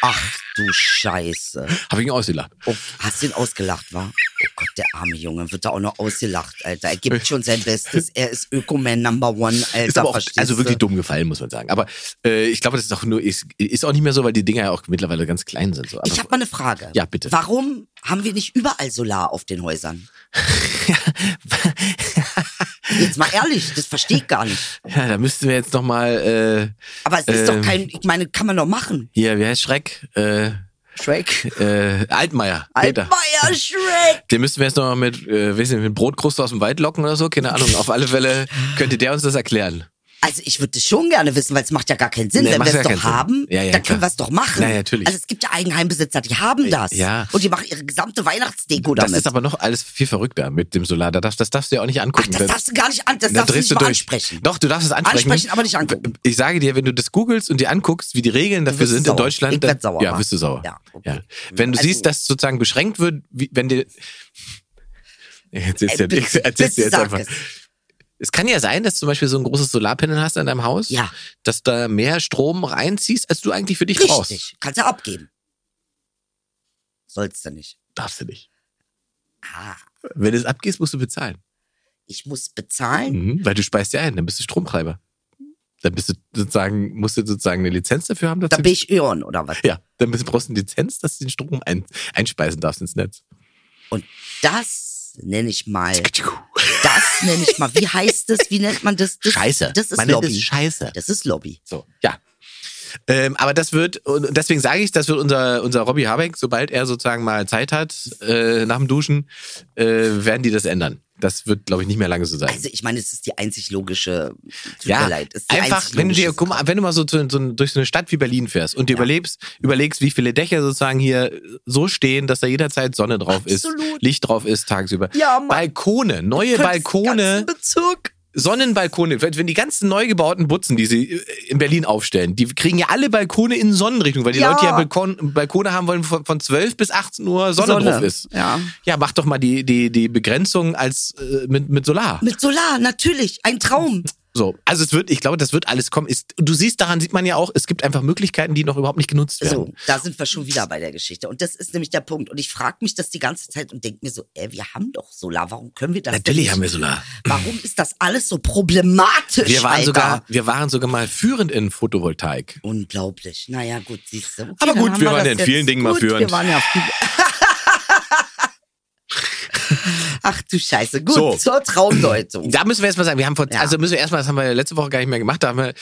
S4: Ach du Scheiße.
S5: Habe ich ihn ausgelacht.
S4: Oh, hast ihn ausgelacht, wa? Oh Gott, der arme Junge wird da auch noch ausgelacht, Alter. Er gibt schon sein Bestes. Er ist Ökoman Number One, Alter.
S5: Ist aber auch,
S4: verstehst
S5: also
S4: du?
S5: wirklich dumm gefallen, muss man sagen. Aber äh, ich glaube, das ist auch nur ist, ist auch nicht mehr so, weil die Dinger ja auch mittlerweile ganz klein sind. So. Aber
S4: Ich habe mal eine Frage.
S5: Ja, bitte.
S4: Warum haben wir nicht überall Solar auf den
S5: [LAUGHS]
S4: Häusern? Jetzt mal ehrlich, das verstehe ich gar nicht.
S5: ja, da müssten wir jetzt noch mal äh,
S4: Aber es ist
S5: Ähm.
S4: doch kein, ich meine, kann man doch machen.
S5: Hier, wie heißt Schreck? Äh,
S4: Shrek.
S5: äh, Altmaier. Peter.
S4: Altmaier Shrek.
S5: Den müssten wir jetzt noch mal mit, äh, weiß nicht, mit Brotkruste aus dem Wald locken oder so. Keine Ahnung. Auf alle Fälle könnte der uns das erklären.
S4: Also ich würde das schon gerne wissen, weil es macht ja gar keinen Sinn.
S5: Nee,
S4: Wenn
S5: macht
S4: wir es
S5: ja
S4: doch
S5: keinen Sinn.
S4: haben,
S5: Ja, ja,
S4: dann
S5: klar.
S4: können wir es doch machen.
S5: Na ja, natürlich.
S4: Also es gibt ja Eigenheimbesitzer, die haben das.
S5: ja.
S4: Und die machen ihre gesamte Weihnachtsdeko
S5: Das
S4: damit.
S5: ist aber noch alles viel verrückter mit dem Solar. Da darfst- Das darfst du ja auch nicht
S4: Ach,
S5: angucken.
S4: das darfst du gar nicht an, das
S5: Da
S4: darfst du
S5: drehst
S4: nicht
S5: du
S4: mal
S5: durch.
S4: ansprechen.
S5: Doch, du darfst es ansprechen.
S4: Ansprechen, aber nicht angucken.
S5: Ich sage dir, wenn du das googelst und dir anguckst, wie die Regeln dafür
S4: wirst
S5: sind
S4: sauer.
S5: in Deutschland,
S4: Ich werd sauer,
S5: ja,
S4: wa?
S5: bist du sauer.
S4: Ja, okay.
S5: Wenn du
S4: Also-
S5: siehst, dass sozusagen beschränkt wird, wie, wenn dir [LAUGHS] Jetzt ist
S4: Äh,
S5: jetzt,
S4: bitte,
S5: jetzt, jetzt,
S4: bitte
S5: jetzt
S4: sag
S5: einfach.
S4: es.
S5: Es kann ja sein, dass du zum Beispiel so ein großes Solarpanel hast an deinem Haus,
S4: Ja.
S5: dass da mehr Strom reinziehst, als du eigentlich für dich brauchst.
S4: Richtig, kannst du abgeben. Sollst du nicht.
S5: Darfst du nicht.
S4: Ah,
S5: Wenn du es abgehst, musst du bezahlen.
S4: ich muss bezahlen.
S5: Mhm, weil du speist ja ein, dann bist du Stromtreiber. Dann bist du sozusagen, musst du sozusagen eine Lizenz dafür haben, dass
S4: Da
S5: du
S4: bin ich Ion oder was?
S5: Ja, dann bist- brauchst du eine Lizenz, dass du den Strom ein, einspeisen darfst ins Netz.
S4: Und das nenne ich mal, das nenne ich mal, wie heißt das, wie nennt man das? das
S5: Scheiße.
S4: Das ist
S5: Man nennt
S4: Lobby.
S5: es Scheiße.
S4: Das ist Lobby.
S5: So, ja. Ähm, aber das wird, und deswegen sage ich, das wird unser, unser Robby Habeck, sobald er sozusagen mal Zeit hat, äh, nach dem Duschen, äh, werden die das ändern. Das wird, glaube ich, nicht mehr lange so sein.
S4: Also ich meine, es ist die einzig logische, tut
S5: ja,
S4: mir leid, es ist die
S5: einfach,
S4: einzig
S5: wenn du, dir,
S4: logische
S5: guck mal, wenn du mal so, zu, so durch so eine Stadt wie Berlin fährst und dir überlegst, überlegst, wie viele Dächer sozusagen hier so stehen, dass da jederzeit Sonne drauf ist,
S4: Absolut.
S5: Licht drauf ist tagsüber.
S4: Ja, Mann.
S5: Balkone, neue
S4: Sache.
S5: Balkone.
S4: Ganzen Bezirk.
S5: Sonnenbalkone, wenn die ganzen neu gebauten Butzen, die sie äh, in Berlin aufstellen, die kriegen ja alle Balkone in Sonnenrichtung, weil die
S4: Ja.
S5: Leute ja Balkon, Balkone haben wollen, von, von 12 bis 18 Uhr Sonne,
S4: Sonne,
S5: drauf ist.
S4: ja.
S5: ja, mach doch mal die, die, die Begrenzung als äh, mit, mit Solar.
S4: Mit Solar, natürlich, ein Traum.
S5: So, also es wird, ich glaube, das wird alles kommen. Ist, du siehst, daran sieht man ja auch, es gibt einfach Möglichkeiten, die noch überhaupt nicht genutzt werden.
S4: So, da sind wir schon wieder bei der Geschichte. Und das ist nämlich der Punkt. Und ich frage mich das die ganze Zeit und denke mir so, ey, wir haben doch Solar, warum können wir das denn
S5: Natürlich
S4: nicht?
S5: haben wir Solar.
S4: Warum ist das alles so problematisch,
S5: Wir waren
S4: Alter?
S5: sogar, wir waren sogar mal führend in Photovoltaik.
S4: Unglaublich. Naja, gut, siehst du. Okay,
S5: Aber
S4: dann
S5: gut,
S4: haben
S5: wir waren ja
S4: das
S5: in
S4: jetzt.
S5: vielen Dingen mal
S4: gut,
S5: führend.
S4: Wir waren ja auf
S5: [LAUGHS]
S4: die- Ach du Scheiße. Gut,
S5: So.
S4: zur
S5: [CLEARS THROAT]
S4: Traumdeutung.
S5: Da müssen wir erstmal sagen, wir haben vor,
S4: Ja.
S5: also müssen wir erstmal, das haben wir letzte Woche gar nicht mehr gemacht, da haben wir, äh,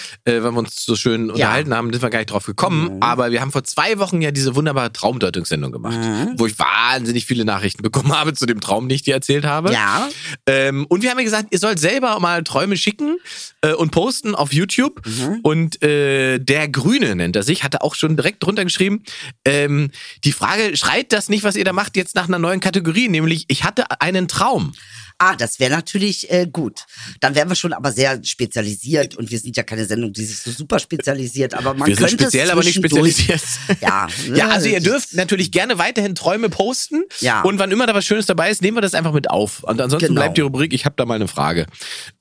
S5: weil wir uns so schön unterhalten haben, sind wir gar nicht drauf gekommen.
S4: Mhm.
S5: Aber wir haben vor zwei Wochen ja diese wunderbare Traumdeutungssendung gemacht,
S4: Mhm.
S5: wo ich wahnsinnig viele Nachrichten bekommen habe zu dem Traum, den ich dir erzählt habe.
S4: Ja.
S5: Ähm, und wir haben ja gesagt, ihr sollt selber mal Träume schicken äh, und posten auf YouTube.
S4: Mhm.
S5: Und äh, der Grüne nennt er sich, hatte auch schon direkt drunter geschrieben, ähm, die Frage, schreit das nicht, was ihr da macht, jetzt nach einer neuen Kategorie, nämlich ich hatte einen Traum.
S4: Ah, das wäre natürlich äh, gut. Dann wären wir schon aber sehr spezialisiert und wir sind ja keine Sendung, die sich so super spezialisiert, aber man
S5: Wir sind
S4: könnte
S5: speziell,
S4: es
S5: aber nicht
S4: zwischendurch-
S5: spezialisiert.
S4: [LAUGHS] Ja,
S5: [LAUGHS]
S4: ne,
S5: Ja, also ihr
S4: das-
S5: dürft natürlich gerne weiterhin Träume posten.
S4: Ja.
S5: Und wann immer da was Schönes dabei ist, nehmen wir das einfach mit auf. Und ansonsten
S4: Genau.
S5: bleibt die Rubrik, ich habe da mal eine Frage.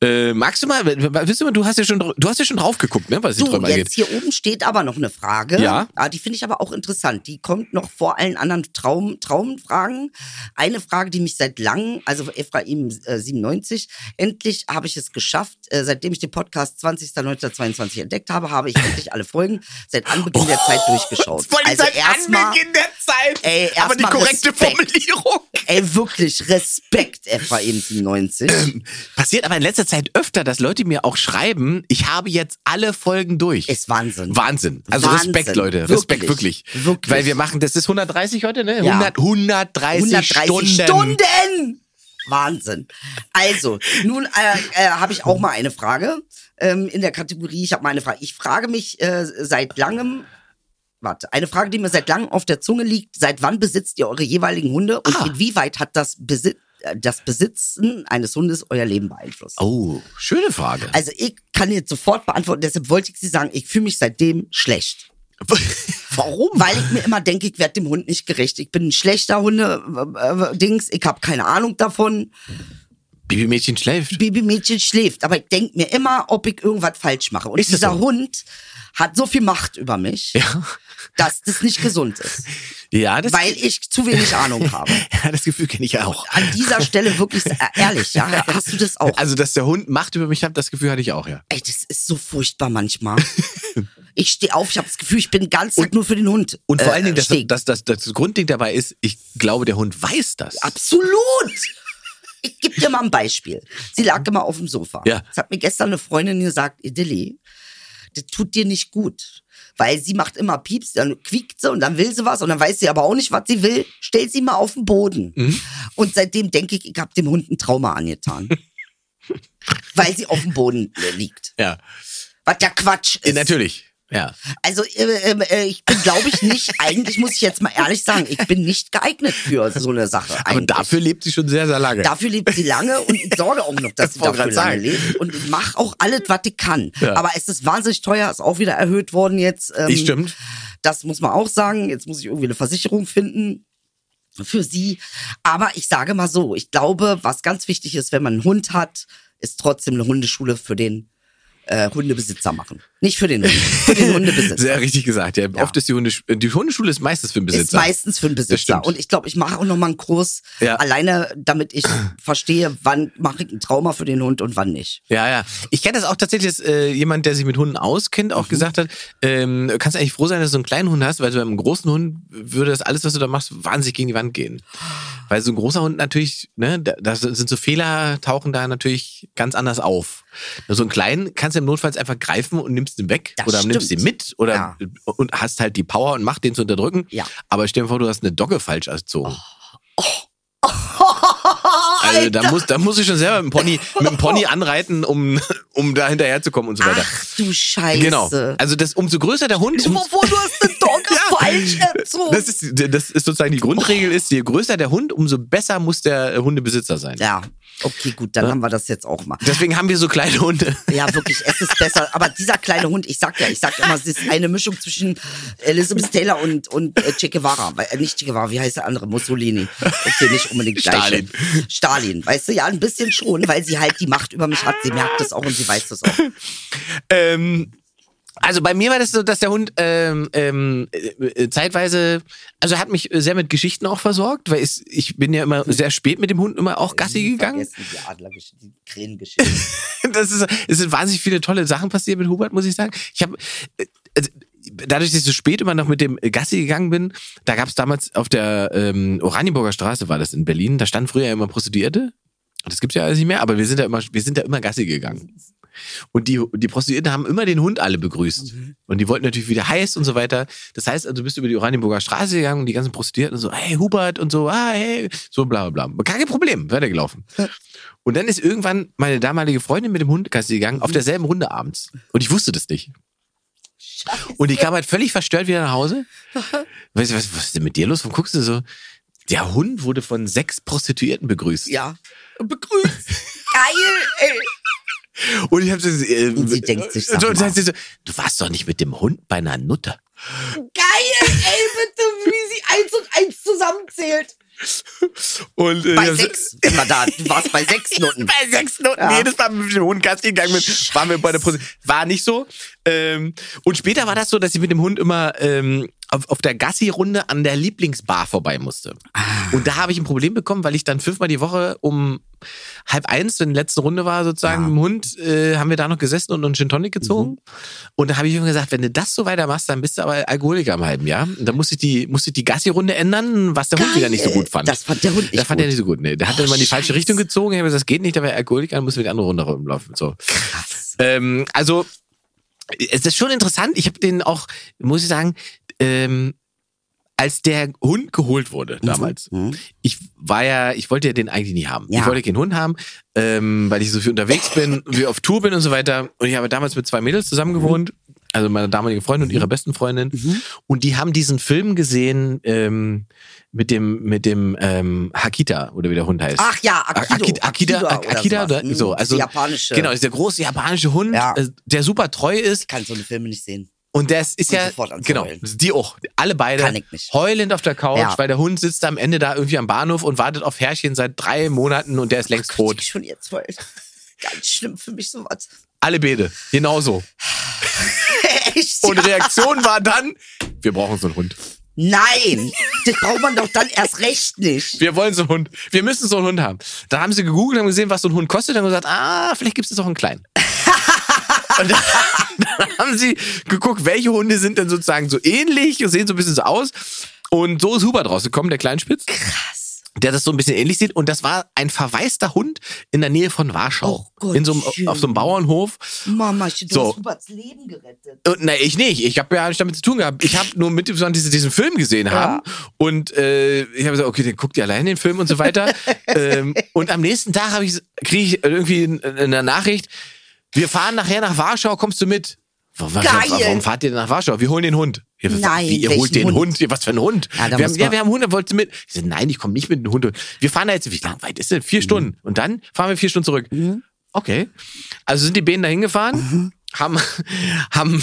S5: Äh, magst du mal, willst du mal, du hast ja schon, dr- du hast ja schon drauf geguckt, ne, was die
S4: So,
S5: Träume
S4: jetzt
S5: angeht.
S4: hier oben steht aber noch eine Frage.
S5: Ja.
S4: Ah, die finde ich aber auch interessant. Die kommt noch vor allen anderen Traum, Traumfragen. Eine Frage, die mich seit langem, also Ephraim äh, 97, endlich habe ich es geschafft. Äh, seitdem ich den Podcast 20.09.22 entdeckt habe, habe ich endlich alle Folgen seit Anbeginn der Zeit durchgeschaut.
S5: [LAUGHS] Vor allem
S4: also
S5: seit
S4: erstmal,
S5: Anbeginn der Zeit.
S4: Ey, erst
S5: aber die
S4: mal
S5: korrekte
S4: Respekt.
S5: Formulierung.
S4: ey, wirklich Respekt, Ephraim 97.
S5: [CLEARS THROAT] Passiert aber in letzter Zeit öfter, dass Leute mir auch schreiben, ich habe jetzt alle Folgen durch.
S4: Ist Wahnsinn.
S5: Wahnsinn. Also
S4: Wahnsinn.
S5: Respekt, Leute.
S4: Wirklich.
S5: Respekt, wirklich.
S4: Wirklich.
S5: Weil wir machen, das ist 130 heute, ne?
S4: Ja.
S5: 100, 130,
S4: 130 Stunden. Wahnsinn. Also, nun äh, äh, habe ich auch mal eine Frage ähm, in der Kategorie. Ich habe mal eine Frage. Ich frage mich äh, seit langem. Warte, eine Frage, die mir seit langem auf der Zunge liegt. Seit wann besitzt ihr eure jeweiligen Hunde und inwieweit hat das, Besi äh, das Besitzen eines Hundes euer Leben beeinflusst?
S5: Oh, schöne Frage.
S4: Also ich kann jetzt sofort beantworten, deshalb wollte ich sie sagen, ich fühle mich seitdem schlecht. Also-
S5: [LAUGHS]
S4: Warum? Weil ich mir immer denke, ich werde dem Hund nicht gerecht. Ich bin ein schlechter Hunde-Dings, ich habe keine Ahnung davon.
S5: Babymädchen schläft.
S4: Babymädchen schläft, aber ich denke mir immer, ob ich irgendwas falsch mache. Und
S5: Ist das
S4: dieser
S5: so?
S4: Hund hat so viel Macht über mich, dass das nicht
S5: [LAUGHS]
S4: gesund ist,
S5: Ja, das,
S4: weil ich zu wenig Ahnung habe.
S5: [LAUGHS] ja, das Gefühl kenne ich auch.
S4: An
S5: [LAUGHS]
S4: dieser Stelle wirklich äh, ehrlich, ja, hast du das auch?
S5: Also, dass der Hund Macht über mich hat, das Gefühl hatte ich auch, ja.
S4: Ey, das ist so furchtbar manchmal.
S5: [LAUGHS]
S4: ich stehe auf, ich habe das Gefühl, ich bin ganz Tag nur für den Hund.
S5: Und vor
S4: äh,
S5: allen Dingen, das,
S4: steh.
S5: das, das, das Grundding dabei ist, ich glaube, der Hund weiß das.
S4: Absolut! Ich gebe dir mal ein Beispiel. Sie lag immer auf dem Sofa.
S5: Ja.
S4: Das hat mir gestern eine Freundin gesagt, Idilli, das tut dir nicht gut. Weil sie macht immer Pieps, dann quiekt sie und dann will sie was und dann weiß sie aber auch nicht, was sie will. Stell sie mal auf den Boden.
S5: Mhm.
S4: Und seitdem denke ich, ich habe dem Hund ein
S5: [LAUGHS]
S4: Trauma angetan. weil sie auf dem Boden liegt.
S5: Ja,
S4: Was ja Quatsch ist.
S5: natürlich. Ja.
S4: Also äh, äh, ich bin, glaube ich, nicht, eigentlich muss ich jetzt mal ehrlich sagen, ich bin nicht geeignet für so eine Sache.
S5: Aber
S4: eigentlich.
S5: dafür lebt sie schon sehr, sehr lange.
S4: Dafür lebt sie lange und ich sorge auch
S5: [LAUGHS]
S4: noch, dass
S5: Das
S4: sie
S5: wollte
S4: dafür lange
S5: ich grad sagen.
S4: lebt. Und ich mache auch alles, was ich kann.
S5: Ja.
S4: Aber es ist wahnsinnig teuer, ist auch wieder erhöht worden jetzt. Ähm,
S5: Ist stimmt.
S4: Das muss man auch sagen. Jetzt muss ich irgendwie eine Versicherung finden für sie. Aber ich sage mal so, ich glaube, was ganz wichtig ist, wenn man einen Hund hat, ist trotzdem eine Hundeschule für den äh, Hundebesitzer machen. Nicht für den Hund, für
S5: [LAUGHS]
S4: den Hundebesitzer.
S5: Sehr richtig gesagt. Ja. Oft ist die Hundeschule, die Hundeschule ist meistens für den Besitzer.
S4: Ist meistens für einen Besitzer.
S5: stimmt.
S4: Und ich glaube, ich mache auch noch mal einen Kurs
S5: Ja.
S4: alleine,
S5: [CLEARS THROAT]
S4: damit ich verstehe, wann mache ich ein Trauma für den Hund und wann nicht.
S5: Ja, ja. Ich kenne das auch tatsächlich, dass äh, jemand, der sich mit Hunden auskennt,
S4: Mhm.
S5: auch gesagt hat, ähm, kannst du eigentlich froh sein, dass du so einen kleinen Hund hast, weil so einem großen Hund würde das alles, was du da machst, wahnsinnig gegen die Wand gehen. Weil so ein großer Hund natürlich, ne, da, da sind so Fehler, tauchen da natürlich ganz anders auf. So einen kleinen kannst du im Notfalls einfach greifen und nimmst den weg
S4: Das
S5: oder nimmst
S4: stimmt.
S5: den mit oder
S4: Ja.
S5: und hast halt die Power und Macht, den zu unterdrücken.
S4: Ja.
S5: Aber stell dir vor, du hast eine Dogge falsch erzogen. Also da muss, da muss ich schon selber mit dem Pony, mit dem Pony anreiten, um, um da hinterherzukommen und so weiter.
S4: Ach du Scheiße.
S5: Genau. Also das, umso größer der Hund, um,
S4: Wovor du hast
S5: [LAUGHS]
S4: eine Dogge
S5: Ja.
S4: falsch erzogen.
S5: das ist, das ist sozusagen die Grundregel ist, je größer der Hund, umso besser muss der Hundebesitzer sein.
S4: ja, okay, gut, dann haben wir das jetzt auch mal.
S5: Deswegen haben wir so kleine Hunde.
S4: Ja, wirklich, es ist besser. Aber dieser kleine Hund, ich sag ja, ich sag immer, es ist eine Mischung zwischen Elizabeth Taylor und, und äh, Che Guevara. Weil, äh, nicht Che Guevara, wie heißt der andere? Mussolini. Okay, nicht unbedingt gleich.
S5: Stalin.
S4: Stalin, weißt du, ja, ein bisschen schon, weil sie halt die Macht über mich hat. Sie merkt das auch und sie weiß das auch.
S5: Ähm, also bei mir war das so, dass der Hund ähm, ähm, äh, äh, zeitweise, also er hat mich sehr mit Geschichten auch versorgt, weil ich, ich bin ja immer sehr spät mit dem Hund immer auch Gassi
S4: Hm,
S5: gegangen.
S4: Vergessen die Adlergeschichte, die Krähengeschichte.
S5: [LAUGHS] das ist, es sind wahnsinnig viele tolle Sachen passiert mit Hubert, muss ich sagen. Ich habe also, dadurch, dass ich so spät immer noch mit dem Gassi gegangen bin, da gab es damals auf der ähm, Oranienburger Straße war das in Berlin, da stand früher immer Prostituierte. Das gibt's ja alles nicht mehr, aber wir sind da immer, wir sind da immer Gassi gegangen. Und die, die Prostituierten haben immer den Hund alle begrüßt. Und die wollten natürlich wieder heiß und so weiter. Das heißt, also, du bist über die Oranienburger Straße gegangen und die ganzen Prostituierten so, hey Hubert und so, ah, hey, so bla bla bla. Kein Problem, weitergelaufen. Und dann ist irgendwann meine damalige Freundin mit dem Hund Gassi gegangen, auf derselben Runde abends. Und ich wusste das nicht. Und die kam halt völlig verstört wieder nach Hause. Weißt du, was, was ist denn mit dir los? Warum guckst du so? Der Hund wurde von sechs Prostituierten begrüßt.
S4: Ja. Begrüßt. Geil, ey.
S5: Und ich habe das. Äh,
S4: Und sie denkt sich, sag
S5: so,
S4: mal.
S5: sie so, du warst doch nicht mit dem Hund bei einer Nutte.
S4: Geil, ey, bitte, wie sie eins und eins zusammenzählt.
S5: Und, äh, ich
S4: Bei
S5: hab so-
S4: sechs. Immer da. Du warst bei sechs Noten.
S5: Bei sechs Noten.
S4: Ja.
S5: Jedes Mal mit dem Hund Gas gegangen bin, waren wir bei der Prosi. War nicht so. Ähm, und später war das so, dass ich mit dem Hund immer ähm, auf, auf der Gassi-Runde an der Lieblingsbar vorbei musste.
S4: Ah.
S5: Und da habe ich ein Problem bekommen, weil ich dann fünfmal die Woche um halb eins, wenn die letzte Runde war sozusagen mit dem Hund, äh, haben wir da noch gesessen und einen Gin Tonic gezogen.
S4: Mhm.
S5: Und da habe ich ihm gesagt, wenn du das so weitermachst, dann bist du aber Alkoholiker im halben Jahr. Und dann musste ich die, musste ich die Gassi-Runde ändern, was der Hund wieder nicht so gut fand.
S4: Das fand der Hund nicht
S5: Da fand
S4: gut.
S5: er nicht so gut. Nee, der hat
S4: Oh,
S5: immer in die falsche
S4: Scheiße.
S5: Richtung gezogen. Ich habe gesagt, das geht nicht, da wäre Alkoholiker, dann müssen wir die andere Runde rumlaufen. So. Ähm, also, es ist schon interessant. Ich habe den auch, muss ich sagen, ähm, als der Hund geholt wurde damals,
S4: Mhm.
S5: ich war ja, ich wollte ja den eigentlich nie haben.
S4: Ja.
S5: Ich wollte keinen Hund haben, ähm, weil ich so viel unterwegs bin, wie auf Tour bin und so weiter. Und ich habe damals mit zwei Mädels zusammen
S4: Mhm.
S5: gewohnt, also meine damalige Freundin und ihrer besten Freundin. Und die haben diesen Film gesehen ähm, mit dem mit dem ähm, Hakita oder wie der Hund heißt.
S4: Ach ja,
S5: Akita,
S4: Akido.
S5: Akita, Akita,
S4: oder
S5: oder
S4: sowas.
S5: so,
S4: Mhm,
S5: also
S4: die japanische.
S5: genau, ist der große japanische Hund,
S4: Ja.
S5: äh, der super treu ist
S4: Ich kann so eine Filme nicht sehen.
S5: und das ist
S4: Und
S5: ja
S4: sofort anzuheulen.
S5: genau die auch alle beide
S4: Kann ich nicht.
S5: heulend auf der Couch,
S4: Ja.
S5: weil der Hund sitzt am Ende da irgendwie am Bahnhof und wartet auf Herrchen seit drei Monaten und der ist längst
S4: Ich
S5: tot.
S4: schon jetzt heult. [LAUGHS] Ganz schlimm für mich sowas. [LAUGHS]
S5: Alle Bede genauso
S4: Echt? [LAUGHS]
S5: und Reaktion war dann wir brauchen so einen Hund.
S4: Nein, das braucht man doch dann erst recht nicht.
S5: Wir wollen so einen Hund. Wir müssen so einen Hund haben. Dann haben sie gegoogelt, haben gesehen, was so ein Hund kostet, haben gesagt, ah, vielleicht gibt es doch einen
S4: [LAUGHS]
S5: kleinen. Und dann, dann [LAUGHS] haben sie geguckt, welche Hunde sind denn sozusagen so ähnlich und sehen so ein bisschen so aus. Und so ist Hubert rausgekommen, der Kleinspitz. Krass. Der das so ein bisschen ähnlich sieht. Und das war ein verwaister Hund in der Nähe von Warschau.
S4: Oh Gott,
S5: in so einem,
S4: schön.
S5: auf so einem Bauernhof.
S4: Mama, ich- du
S5: So.
S4: hast Huberts Leben gerettet.
S5: Und, Äh, na, ich nicht. Ich habe ja nicht damit zu tun gehabt. Ich habe nur mit ihm sondern diese, diesen Film gesehen haben. Und äh, ich habe gesagt, okay, dann guckt ihr allein den Film und so
S4: [LAUGHS]
S5: weiter. ähm, und am nächsten Tag habe ich kriege ich irgendwie in- in einer Nachricht, wir fahren nachher nach Warschau, kommst du mit? Warum,
S4: Geil.
S5: warum fahrt ihr denn nach Warschau? Wir holen den Hund. Ja, was-
S4: Nein,
S5: wie, ihr
S4: welchen
S5: holt den
S4: Hund?
S5: Hund? Ihr- Was für ein Hund?
S4: Ja, da
S5: wir, haben,
S4: muss man-
S5: ja, wir haben einen Hund, wollt ihr mit? Ich so, nein, ich komme nicht mit dem Hund. Wir fahren da jetzt, wie lang weit ist denn?
S4: Mhm.
S5: Vier Stunden. Und dann fahren wir vier Stunden zurück. Okay. Also sind die Bänen da hingefahren,
S4: Mhm.
S5: haben, haben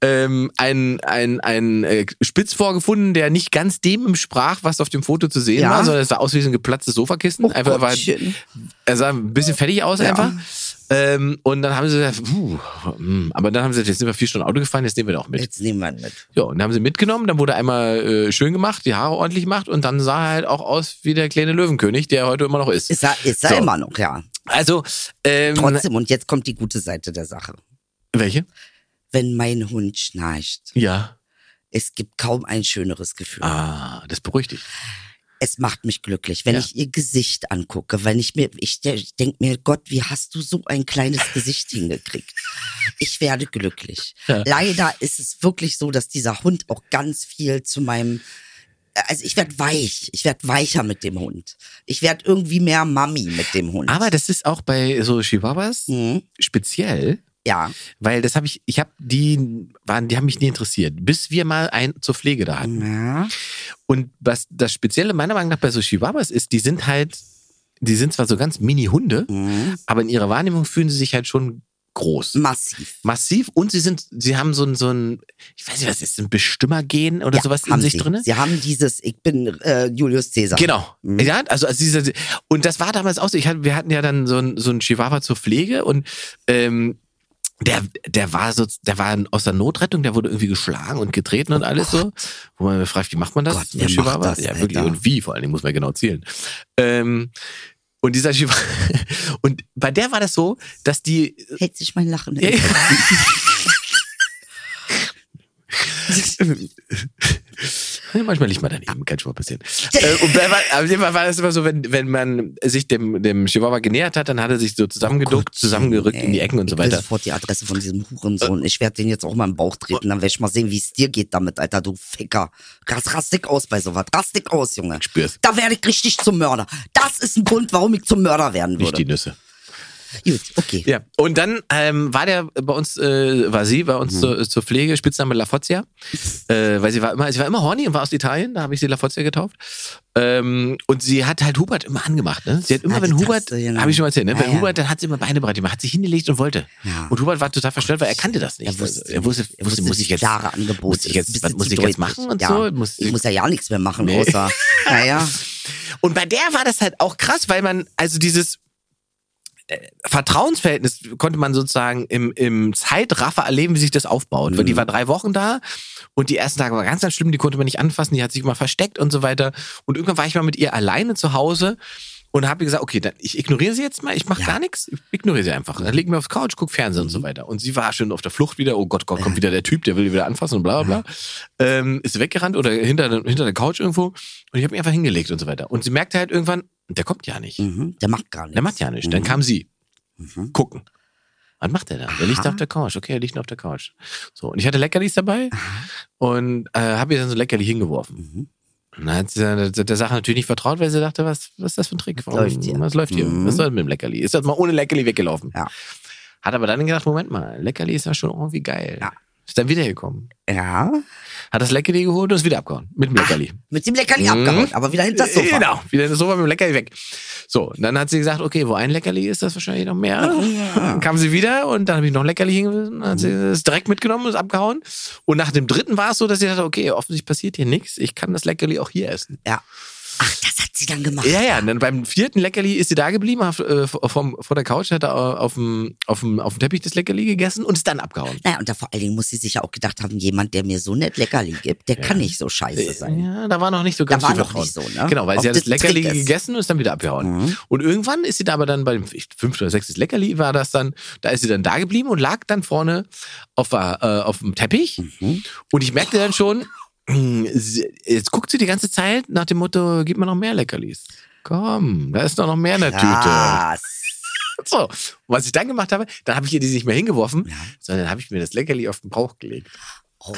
S5: ähm, einen, einen, einen äh, Spitz vorgefunden, der nicht ganz dem im sprach, was auf dem Foto zu sehen
S4: Ja. Oh
S5: war, sondern es sah aus wie so ein geplatztes Sofakissen. Einfach, war,
S4: Gottchen.
S5: er sah ein bisschen fertig aus einfach. Ähm, und dann haben sie gesagt, puh, hm. aber dann haben sie gesagt, jetzt sind wir vier Stunden Auto gefahren, jetzt nehmen wir den auch mit.
S4: Jetzt nehmen wir ihn mit.
S5: Ja, und dann haben sie mitgenommen, dann wurde einmal äh, schön gemacht, die Haare ordentlich gemacht und dann sah er halt auch aus wie der kleine Löwenkönig, der er heute immer noch ist.
S4: Ist er, ist er
S5: So.
S4: immer noch, ja.
S5: Also, ähm,
S4: Trotzdem, und jetzt kommt die gute Seite der Sache.
S5: welche?
S4: Wenn mein Hund schnarcht,
S5: Ja.
S4: es gibt kaum ein schöneres Gefühl.
S5: Ah, das beruhigt dich.
S4: Es macht mich glücklich, wenn
S5: Ja.
S4: ich ihr Gesicht angucke, wenn ich mir, ich denke mir, Gott, wie hast du so ein kleines Gesicht hingekriegt? Ich werde glücklich. Leider ist es wirklich so, dass dieser Hund auch ganz viel zu meinem, also ich werde weich, ich werde weicher mit dem Hund. Ich werde irgendwie mehr Mami mit dem Hund.
S5: Aber das ist auch bei so Chihuahuas
S4: Mhm.
S5: speziell,
S4: ja,
S5: weil das habe ich, ich habe die, waren, die haben mich nie interessiert, bis wir mal einen zur Pflege da hatten.
S4: ja,
S5: Und was das Spezielle meiner Meinung nach bei so Chihuahuas ist, die sind halt, die sind zwar so ganz Mini-Hunde,
S4: Mhm.
S5: aber in ihrer Wahrnehmung fühlen sie sich halt schon groß.
S4: massiv.
S5: Massiv und sie sind, sie haben so ein, so ein, ich weiß nicht, was ist, ein Bestimmergen oder
S4: ja, Mhm.
S5: sowas in
S4: haben
S5: sich
S4: sie.
S5: drin?
S4: Sie haben dieses, ich bin äh, Julius Caesar.
S5: Genau. Ja, also, also diese, und das war damals auch so. Ich hatte, wir hatten ja dann so einen so einen Chihuahua zur Pflege und ähm, der, der war so, der war aus der Notrettung, der wurde irgendwie geschlagen und getreten und alles so. Wo man fragt, wie macht man das?
S4: Oh Gott,
S5: mit
S4: wer macht
S5: Chihuahua?
S4: das,
S5: ja,
S4: Alter?
S5: wirklich. Und wie, vor allen Dingen muss man genau zählen. Ähm, und dieser Chihuahua, [LAUGHS] und bei der war das so, dass die
S4: Hält sich mein Lachen.
S5: Ja,
S4: in.
S5: Ja, Hm. [LAUGHS] Manchmal liegt man daneben, kann schon mal passieren. äh, und bei, auf jeden Fall war das immer so, wenn, wenn man sich dem, dem Chihuahua genähert hat, dann hat er sich so zusammengeduckt, zusammengerückt in die Ecken [LAUGHS] und so
S4: Ich will
S5: weiter.
S4: sofort die Adresse von diesem Hurensohn. Ich werde den jetzt auch mal im Bauch treten. Dann werde ich mal sehen, wie es dir geht damit, Alter, du Ficker. Rast, rastig aus bei sowas. Rastig aus, Junge.
S5: Ich spür's.
S4: Da werde ich richtig zum Mörder. Das ist ein Grund, warum ich zum Mörder werden
S5: Nicht
S4: würde.
S5: die Nüsse.
S4: Gut, okay.
S5: Ja, und dann ähm, war der bei uns, äh, war sie bei uns
S4: Mhm.
S5: zur, zur Pflege, Spitzname La Fozia, äh, weil sie war immer, sie war immer horny und war aus Italien, da habe ich sie La Fozia getauft. Ähm, und sie hat halt Hubert immer angemacht, ne? Sie hat immer,
S4: Ah, die
S5: wenn Hubert,
S4: Taste, genau.
S5: habe ich schon mal erzählt, ne?
S4: Ja,
S5: Wenn
S4: ja.
S5: Hubert, dann hat sie immer Beine breit gemacht, hat sich hingelegt und wollte.
S4: Ja.
S5: Und Hubert war total verstört, weil er kannte das nicht.
S4: Er wusste,
S5: er wusste, wusste,
S4: er wusste
S5: muss
S4: die
S5: ich jetzt,
S4: klare Angebote.
S5: muss ich
S4: Ein
S5: jetzt,
S4: bisschen
S5: was muss
S4: zu
S5: ich jetzt
S4: deutlich.
S5: machen und
S4: ja.
S5: so? Muss,
S4: ich muss ja ja nichts mehr
S5: [LAUGHS]
S4: machen, außer. Naja.
S5: und bei der war das halt auch krass, weil man, also dieses äh, Vertrauensverhältnis konnte man sozusagen im, im Zeitraffer erleben, wie sich das aufbaut. Weil die war drei Wochen da und die ersten Tage war ganz, ganz schlimm, die konnte man nicht anfassen, die hat sich immer versteckt und so weiter. Und irgendwann war ich mal mit ihr alleine zu Hause und habe ihr gesagt, okay, dann ich ignoriere sie jetzt mal, ich mache gar nichts, ich ignoriere sie einfach. Dann leg mich auf die Couch, guck Fernsehen und so weiter. Und sie war schon auf der Flucht wieder, oh Gott, Gott, kommt wieder der Typ, der will die wieder anfassen und bla bla bla. Ähm, ist weggerannt oder hinter, hinter der Couch irgendwo und ich habe mich einfach hingelegt und so weiter. Und sie merkte halt irgendwann, der kommt ja nicht.
S4: Mhm. Der macht gar nichts.
S5: Der macht ja nichts. Dann kam sie.
S4: Mhm.
S5: Gucken. Was macht er da? Der liegt auf der Couch. Okay, er liegt auf der Couch. So, und ich hatte Leckerlis dabei und äh, habe ihr dann so ein Leckerli
S4: Mhm.
S5: hingeworfen. Und dann hat sie dann der- der Sache natürlich nicht vertraut, weil sie dachte, was, was ist das für ein Trick?
S4: läuft hier? Mhm.
S5: Was läuft hier? Was soll mit dem Leckerli? Ist das mal ohne Leckerli weggelaufen?
S4: Ja.
S5: Hat aber dann gedacht, Moment mal, Leckerli ist ja schon irgendwie geil.
S4: Ja.
S5: Ist dann wiedergekommen.
S4: Mhm. Ja.
S5: Hat das Leckerli geholt und ist wieder abgehauen. Mit dem Leckerli.
S4: Mit dem Leckerli abgehauen, aber wieder hinter das Sofa.
S5: Mhm. Genau, wieder das Sofa mit dem Leckerli weg. So, und dann hat sie gesagt, okay, wo ein Leckerli ist, das wahrscheinlich noch mehr. Dann kam sie wieder und dann habe ich noch ein Leckerli hingewiesen, dann hat sie das direkt mitgenommen und ist abgehauen. Und nach dem dritten war es so, dass sie dachte, okay, offensichtlich passiert hier nichts, ich kann das Leckerli auch hier essen.
S4: Ja. Ach, das hat sie dann gemacht.
S5: Ja, ja, und dann beim vierten Leckerli ist sie da geblieben, hat, äh, vom, vor der Couch, hat da äh, auf dem, auf, dem, auf dem Teppich das Leckerli gegessen und ist dann abgehauen.
S4: Naja, und da vor allen Dingen muss sie sich ja auch gedacht haben, jemand, der mir so nett Leckerli gibt, der kann nicht so scheiße sein.
S5: Äh, Ja, da war noch nicht so ganz
S4: war
S5: viel
S4: noch
S5: Vertrauen.
S4: nicht so, ne?
S5: Genau, weil
S4: Ob
S5: sie hat
S4: das Mhm.
S5: das Leckerli
S4: Trick ist.
S5: gegessen und ist dann wieder abgehauen. Und irgendwann ist sie da aber dann beim fünften oder sechsten Leckerli war das dann, da ist sie dann da geblieben und lag dann vorne auf, der- äh, auf dem Teppich.
S4: Mhm.
S5: Und ich merkte dann schon, [CLEARS THROAT] hm, sie- jetzt guckt sie die ganze Zeit nach dem Motto, gib mir noch mehr Leckerlis. Komm, da ist doch noch mehr in der Tüte.
S4: Krass.
S5: So, und was ich dann gemacht habe, dann habe ich ihr die nicht mehr hingeworfen, sondern habe ich mir das Leckerli auf den Bauch gelegt.
S4: Oh,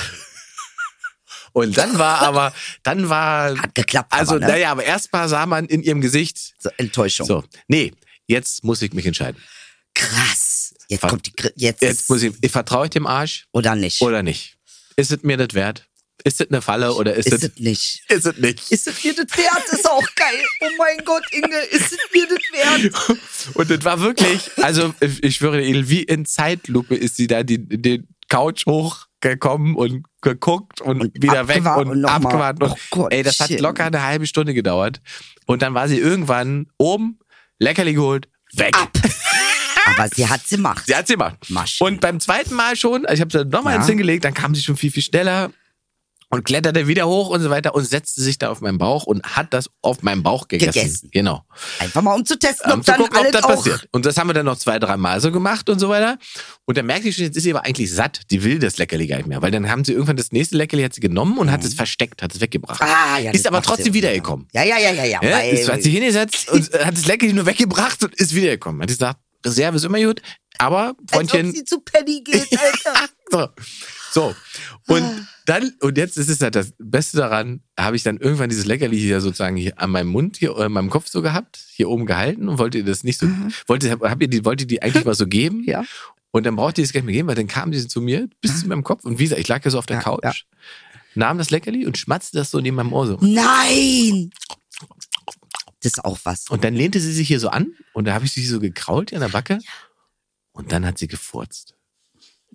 S5: Und dann war aber, dann war.
S4: hat geklappt.
S5: Also,
S4: aber, ne?
S5: naja, aber erstmal sah man in ihrem Gesicht,
S4: So, Enttäuschung.
S5: so, nee, jetzt muss ich mich entscheiden.
S4: Krass. Jetzt
S5: Ver-
S4: kommt die. Gri- Jetzt,
S5: Jetzt
S4: ist-
S5: muss ich, ich vertraue ich dem Arsch
S4: oder nicht.
S5: oder nicht? Ist es mir das wert? Ist es eine Falle oder ist,
S4: ist
S5: es,
S4: es nicht.
S5: ist es nicht?
S4: Ist es mir das wert? Ist auch geil. Oh mein Gott, Inge, ist es mir das wert?
S5: [LAUGHS] Und das war wirklich, also ich ich schwöre, Edel, wie in Zeitlupe ist sie da die, den Couch hochgekommen und geguckt und,
S4: Und
S5: wieder weg
S4: abgewartet
S5: und,
S4: und noch mal.
S5: abgewartet. Und,
S4: Oh Gott,
S5: ey, das hat
S4: shit.
S5: locker eine halbe Stunde gedauert. Und dann war sie irgendwann oben, Leckerli geholt, weg.
S4: Aber sie hat's gemacht.
S5: Sie hat's gemacht.
S4: Maschine.
S5: Und beim zweiten Mal schon, also ich habe sie nochmal
S4: Ja.
S5: ins hingelegt, dann kam sie schon viel, viel schneller und kletterte wieder hoch und so weiter und setzte sich da auf meinen Bauch und hat das auf meinem Bauch gegessen.
S4: Gegessen.
S5: Genau.
S4: Einfach mal um zu testen, ob
S5: Um zu
S4: dann
S5: gucken,
S4: alles
S5: ob das
S4: auch
S5: passiert. Und das haben wir dann noch zwei, drei Mal so gemacht und so weiter. Und dann merkte ich schon, jetzt ist sie aber eigentlich satt. Die will das Leckerli gar nicht mehr. Weil dann haben sie irgendwann das nächste Leckerli hat sie genommen und hat es versteckt, hat es weggebracht.
S4: Mhm. Ah, ja, das
S5: ist aber
S4: macht
S5: trotzdem
S4: Sinn.
S5: wiedergekommen.
S4: Ja, ja, ja, ja, ja.
S5: Ja,
S4: weil-
S5: es hat sich hingesetzt
S4: [LAUGHS]
S5: und äh, hat das Leckerli nur weggebracht und ist wiedergekommen. Hat gesagt, Reserve ist immer gut, aber
S4: als ob
S5: Freundchen,
S4: sie zu Penny
S5: [LAUGHS]
S4: geht, Alter.
S5: so. so. Und dann, und jetzt ist es halt das Beste daran, habe ich dann irgendwann dieses Leckerli hier sozusagen hier an meinem Mund, hier, äh, an meinem Kopf so gehabt, hier oben gehalten und wollte ihr das nicht so, wollte, hab, hab ihr die, wollte die eigentlich mal so geben.
S4: Mhm. [LAUGHS] Ja. Mhm.
S5: Und dann brauchte ich es gar nicht mehr geben, weil dann kam diese zu mir bis zu meinem Kopf und wie gesagt, ich lag ja so auf der
S4: Ja,
S5: Couch,
S4: ja.
S5: nahm das Leckerli und schmatzte das so neben meinem Ohr so.
S4: Nein! Das ist auch was.
S5: Und dann lehnte sie sich hier so an und da habe ich sie so gekrault an der Backe und dann hat sie gefurzt.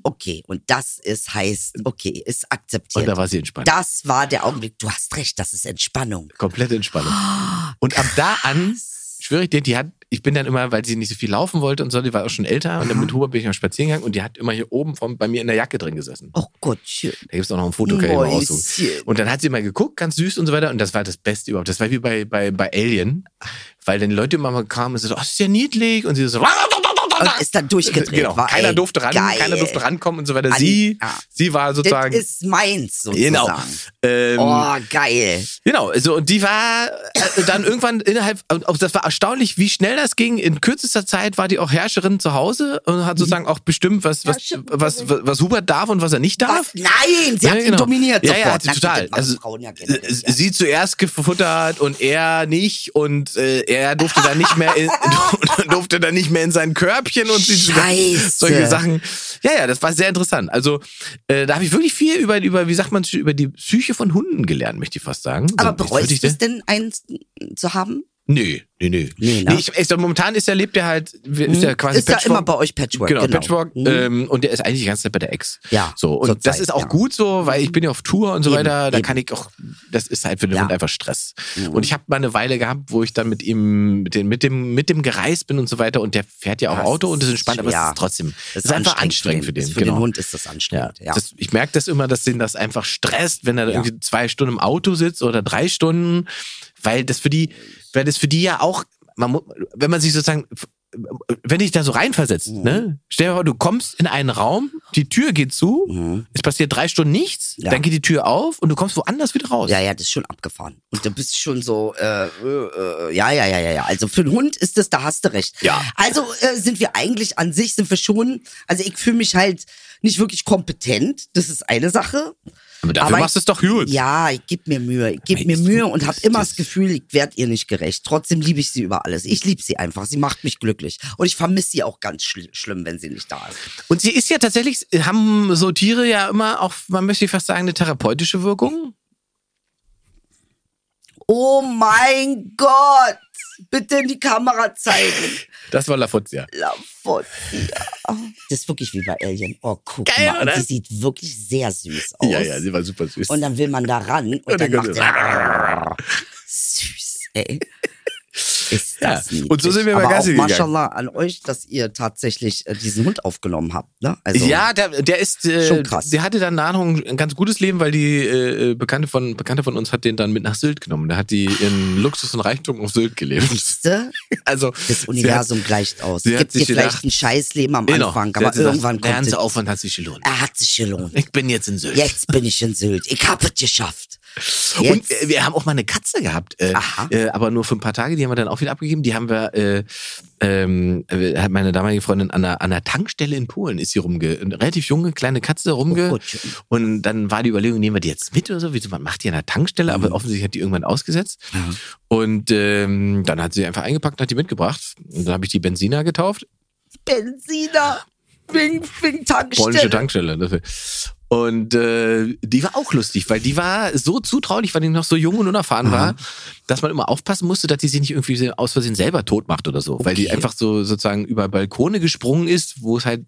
S4: Okay, und das ist heißt, okay, ist
S5: Und
S4: akzeptiert.
S5: da war sie entspannt.
S4: das war der Augenblick. Du hast recht, das ist Entspannung.
S5: Komplette Entspannung. Und ab da an, schwöre ich dir, die hat, ich bin dann immer, weil sie nicht so viel laufen wollte und so, die war auch schon älter und dann mit Hubert bin ich mal spazieren gegangen und die hat immer hier oben vom, bei mir in der Jacke drin gesessen.
S4: Oh Gottchen.
S5: Da gibt's auch noch ein Foto, kann ich mal raussuchen.
S4: Mäuschen.
S5: Und dann hat sie mal geguckt, ganz süß und so weiter und das war das Beste überhaupt. Das war wie bei, bei, bei Alien, weil dann die Leute immer mal kamen und so, oh, das ist ja niedlich und sie so, da.
S4: Und ist dann durchgedreht.
S5: Genau.
S4: War,
S5: keiner
S4: ey,
S5: durfte ran,
S4: geil.
S5: keiner durfte rankommen und so weiter.
S4: An-
S5: Sie,
S4: ja.
S5: sie war sozusagen.
S4: Das ist meins sozusagen.
S5: genau. Ähm,
S4: Oh, geil.
S5: Genau, so und die war äh, dann irgendwann innerhalb, auch das war erstaunlich, wie schnell das ging. In kürzester Zeit war die auch Herrscherin zu Hause und hat sozusagen auch bestimmt, was, was, was, was, was Hubert darf und was er nicht darf.
S4: Was? Nein, sie
S5: Ja,
S4: hat ihn
S5: genau.
S4: dominiert
S5: ja,
S4: sofort.
S5: Ja, hat sie
S4: Na gut,
S5: total.
S4: das machen
S5: Also,
S4: Frauen ja generell,
S5: äh,
S4: ja.
S5: sie zuerst gefuttert und er nicht und äh, er durfte dann nicht
S4: [LAUGHS]
S5: mehr in, [LAUGHS] durfte dann nicht mehr in sein Körbchen und sie
S4: Scheiße.
S5: solche Sachen. Ja, ja, das war sehr interessant. Also äh, da habe ich wirklich viel über über wie sagt man über die Psyche von Hunden gelernt, möchte ich fast sagen.
S4: Aber
S5: So, würde ich
S4: bereust
S5: da-
S4: du es denn, eins zu haben?
S5: Nee, nee, nee.
S4: Nee,
S5: nee,
S4: ne? Hm,
S5: ich, ich, sag, momentan ist er, lebt er halt, ist ja quasi
S4: ist ja immer bei euch Patchwork.
S5: Genau, Patchwork.
S4: Mhm.
S5: Ähm, und der ist eigentlich die ganze Zeit bei der Ex.
S4: Ja,
S5: So, und
S4: zur
S5: das
S4: Zeit,
S5: ist auch
S4: ja.
S5: gut so, weil ich bin ja auf Tour und so
S4: Eben,
S5: weiter. Da
S4: eben.
S5: kann ich auch, das ist halt für den
S4: Ja. Mhm.
S5: Hund einfach Stress. Und ich habe mal eine Weile gehabt, wo ich dann mit ihm, mit, den, mit, dem, mit dem gereist bin und so weiter. Und der fährt ja auch
S4: Ja,
S5: Auto
S4: es
S5: und das ist
S4: ist
S5: entspannt, aber
S4: schwer.
S5: es ist trotzdem,
S4: Das
S5: es ist einfach anstrengend für den.
S4: Für
S5: genau.
S4: den Hund ist das
S5: Ja,
S4: anstrengend. Ja.
S5: Das, ich merke das immer, dass den das einfach stresst, wenn er da irgendwie zwei Stunden im Auto sitzt oder drei Stunden, weil das für die, weil das für die ja auch, man, mu- wenn man sich sozusagen, wenn dich da so reinversetzt,
S4: Mhm.
S5: ne? Stell dir vor, du kommst in einen Raum, die Tür geht zu, es passiert drei Stunden nichts,
S4: Mhm. Ja.
S5: dann geht die Tür auf und du kommst woanders wieder raus.
S4: ja, ja, das ist schon abgefahren. Und du bist schon so, äh, äh, äh, ja, ja, ja, ja, ja. Also für einen Hund ist das, da hast du recht.
S5: Ja.
S4: Also äh, sind wir eigentlich an sich, sind wir schon, also ich fühle mich halt nicht wirklich kompetent. Das ist eine Sache.
S5: aber dafür
S4: aber ich-
S5: machst du es doch gut.
S4: Ja, ich geb mir Mühe. Ich geb mir Mühe und habe immer das Gefühl, ich werd ihr nicht gerecht. Trotzdem liebe ich sie über alles. Ich liebe sie einfach. Sie macht mich glücklich. Und ich vermisse sie auch ganz schl schlimm, wenn sie nicht da ist.
S5: Und sie ist ja tatsächlich, haben so Tiere ja immer auch, man möchte fast sagen, eine therapeutische Wirkung.
S4: Oh mein Gott! Bitte in die Kamera zeigen.
S5: Das war Lafuzia.
S4: Lafozia. Das ist wirklich wie bei Alien. Oh, guck
S5: Geil,
S4: mal.
S5: oder?
S4: Und sie sieht wirklich sehr süß aus.
S5: Ja, ja, sie war super süß.
S4: Und dann will man da ran und, dann macht
S5: kommt
S4: er süß, ey. Ist
S5: Ja,
S4: das niedlich.
S5: und so sind wir bei
S4: Aber
S5: Gassi
S4: auch,
S5: gegangen.
S4: Mashallah an euch, dass ihr tatsächlich äh, diesen Hund aufgenommen habt, ne? Also,
S5: Ja, der, der ist, äh,
S4: Schon krass.
S5: der hatte dann nahe ein ganz gutes Leben, weil die äh, Bekannte von Bekannte von uns hat den dann mit nach Sylt genommen. Da hat die in Luxus und Reichtum auf Sylt gelebt. [LAUGHS]
S4: siehste,
S5: Also
S4: das Universum gleicht aus.
S5: sie hat
S4: Es gibt
S5: sich
S4: dir vielleicht
S5: gedacht- Genau.
S4: ein Scheißleben am Anfang, aber irgendwann
S5: der
S4: kommt es.
S5: ganze Aufwand hat sich gelohnt.
S4: Er hat sich gelohnt.
S5: Ich bin jetzt in Sylt.
S4: Jetzt bin ich in Sylt. Ich hab es geschafft.
S5: Und
S4: Jetzt.
S5: äh, wir haben auch mal eine Katze gehabt, äh,
S4: Aha.
S5: äh, aber nur für ein paar Tage. Die haben wir dann auch wieder abgegeben. Die haben wir, äh, ähm, äh, hat meine damalige Freundin an einer, an einer Tankstelle in Polen ist sie rumge, eine relativ junge kleine Katze rumge.
S4: Oh Gott.
S5: und dann war die Überlegung, nehmen wir die jetzt mit oder so? Wieso man macht die an der Tankstelle?
S4: Mhm.
S5: Aber offensichtlich hat die irgendwann ausgesetzt. Und ähm, dann hat sie einfach eingepackt und hat die mitgebracht. Und dann habe ich die Benzina getauft.
S4: Benziner. Wing, wing,
S5: polnische Tankstelle.
S4: Tankstelle.
S5: ne? Und äh, die war auch lustig, weil die war so zutraulich, weil die noch so jung und unerfahren
S4: Mhm.
S5: war, dass man immer aufpassen musste, dass die sich nicht irgendwie se- aus Versehen selber tot macht oder so. Weil die einfach so sozusagen über Balkone gesprungen ist, wo es halt,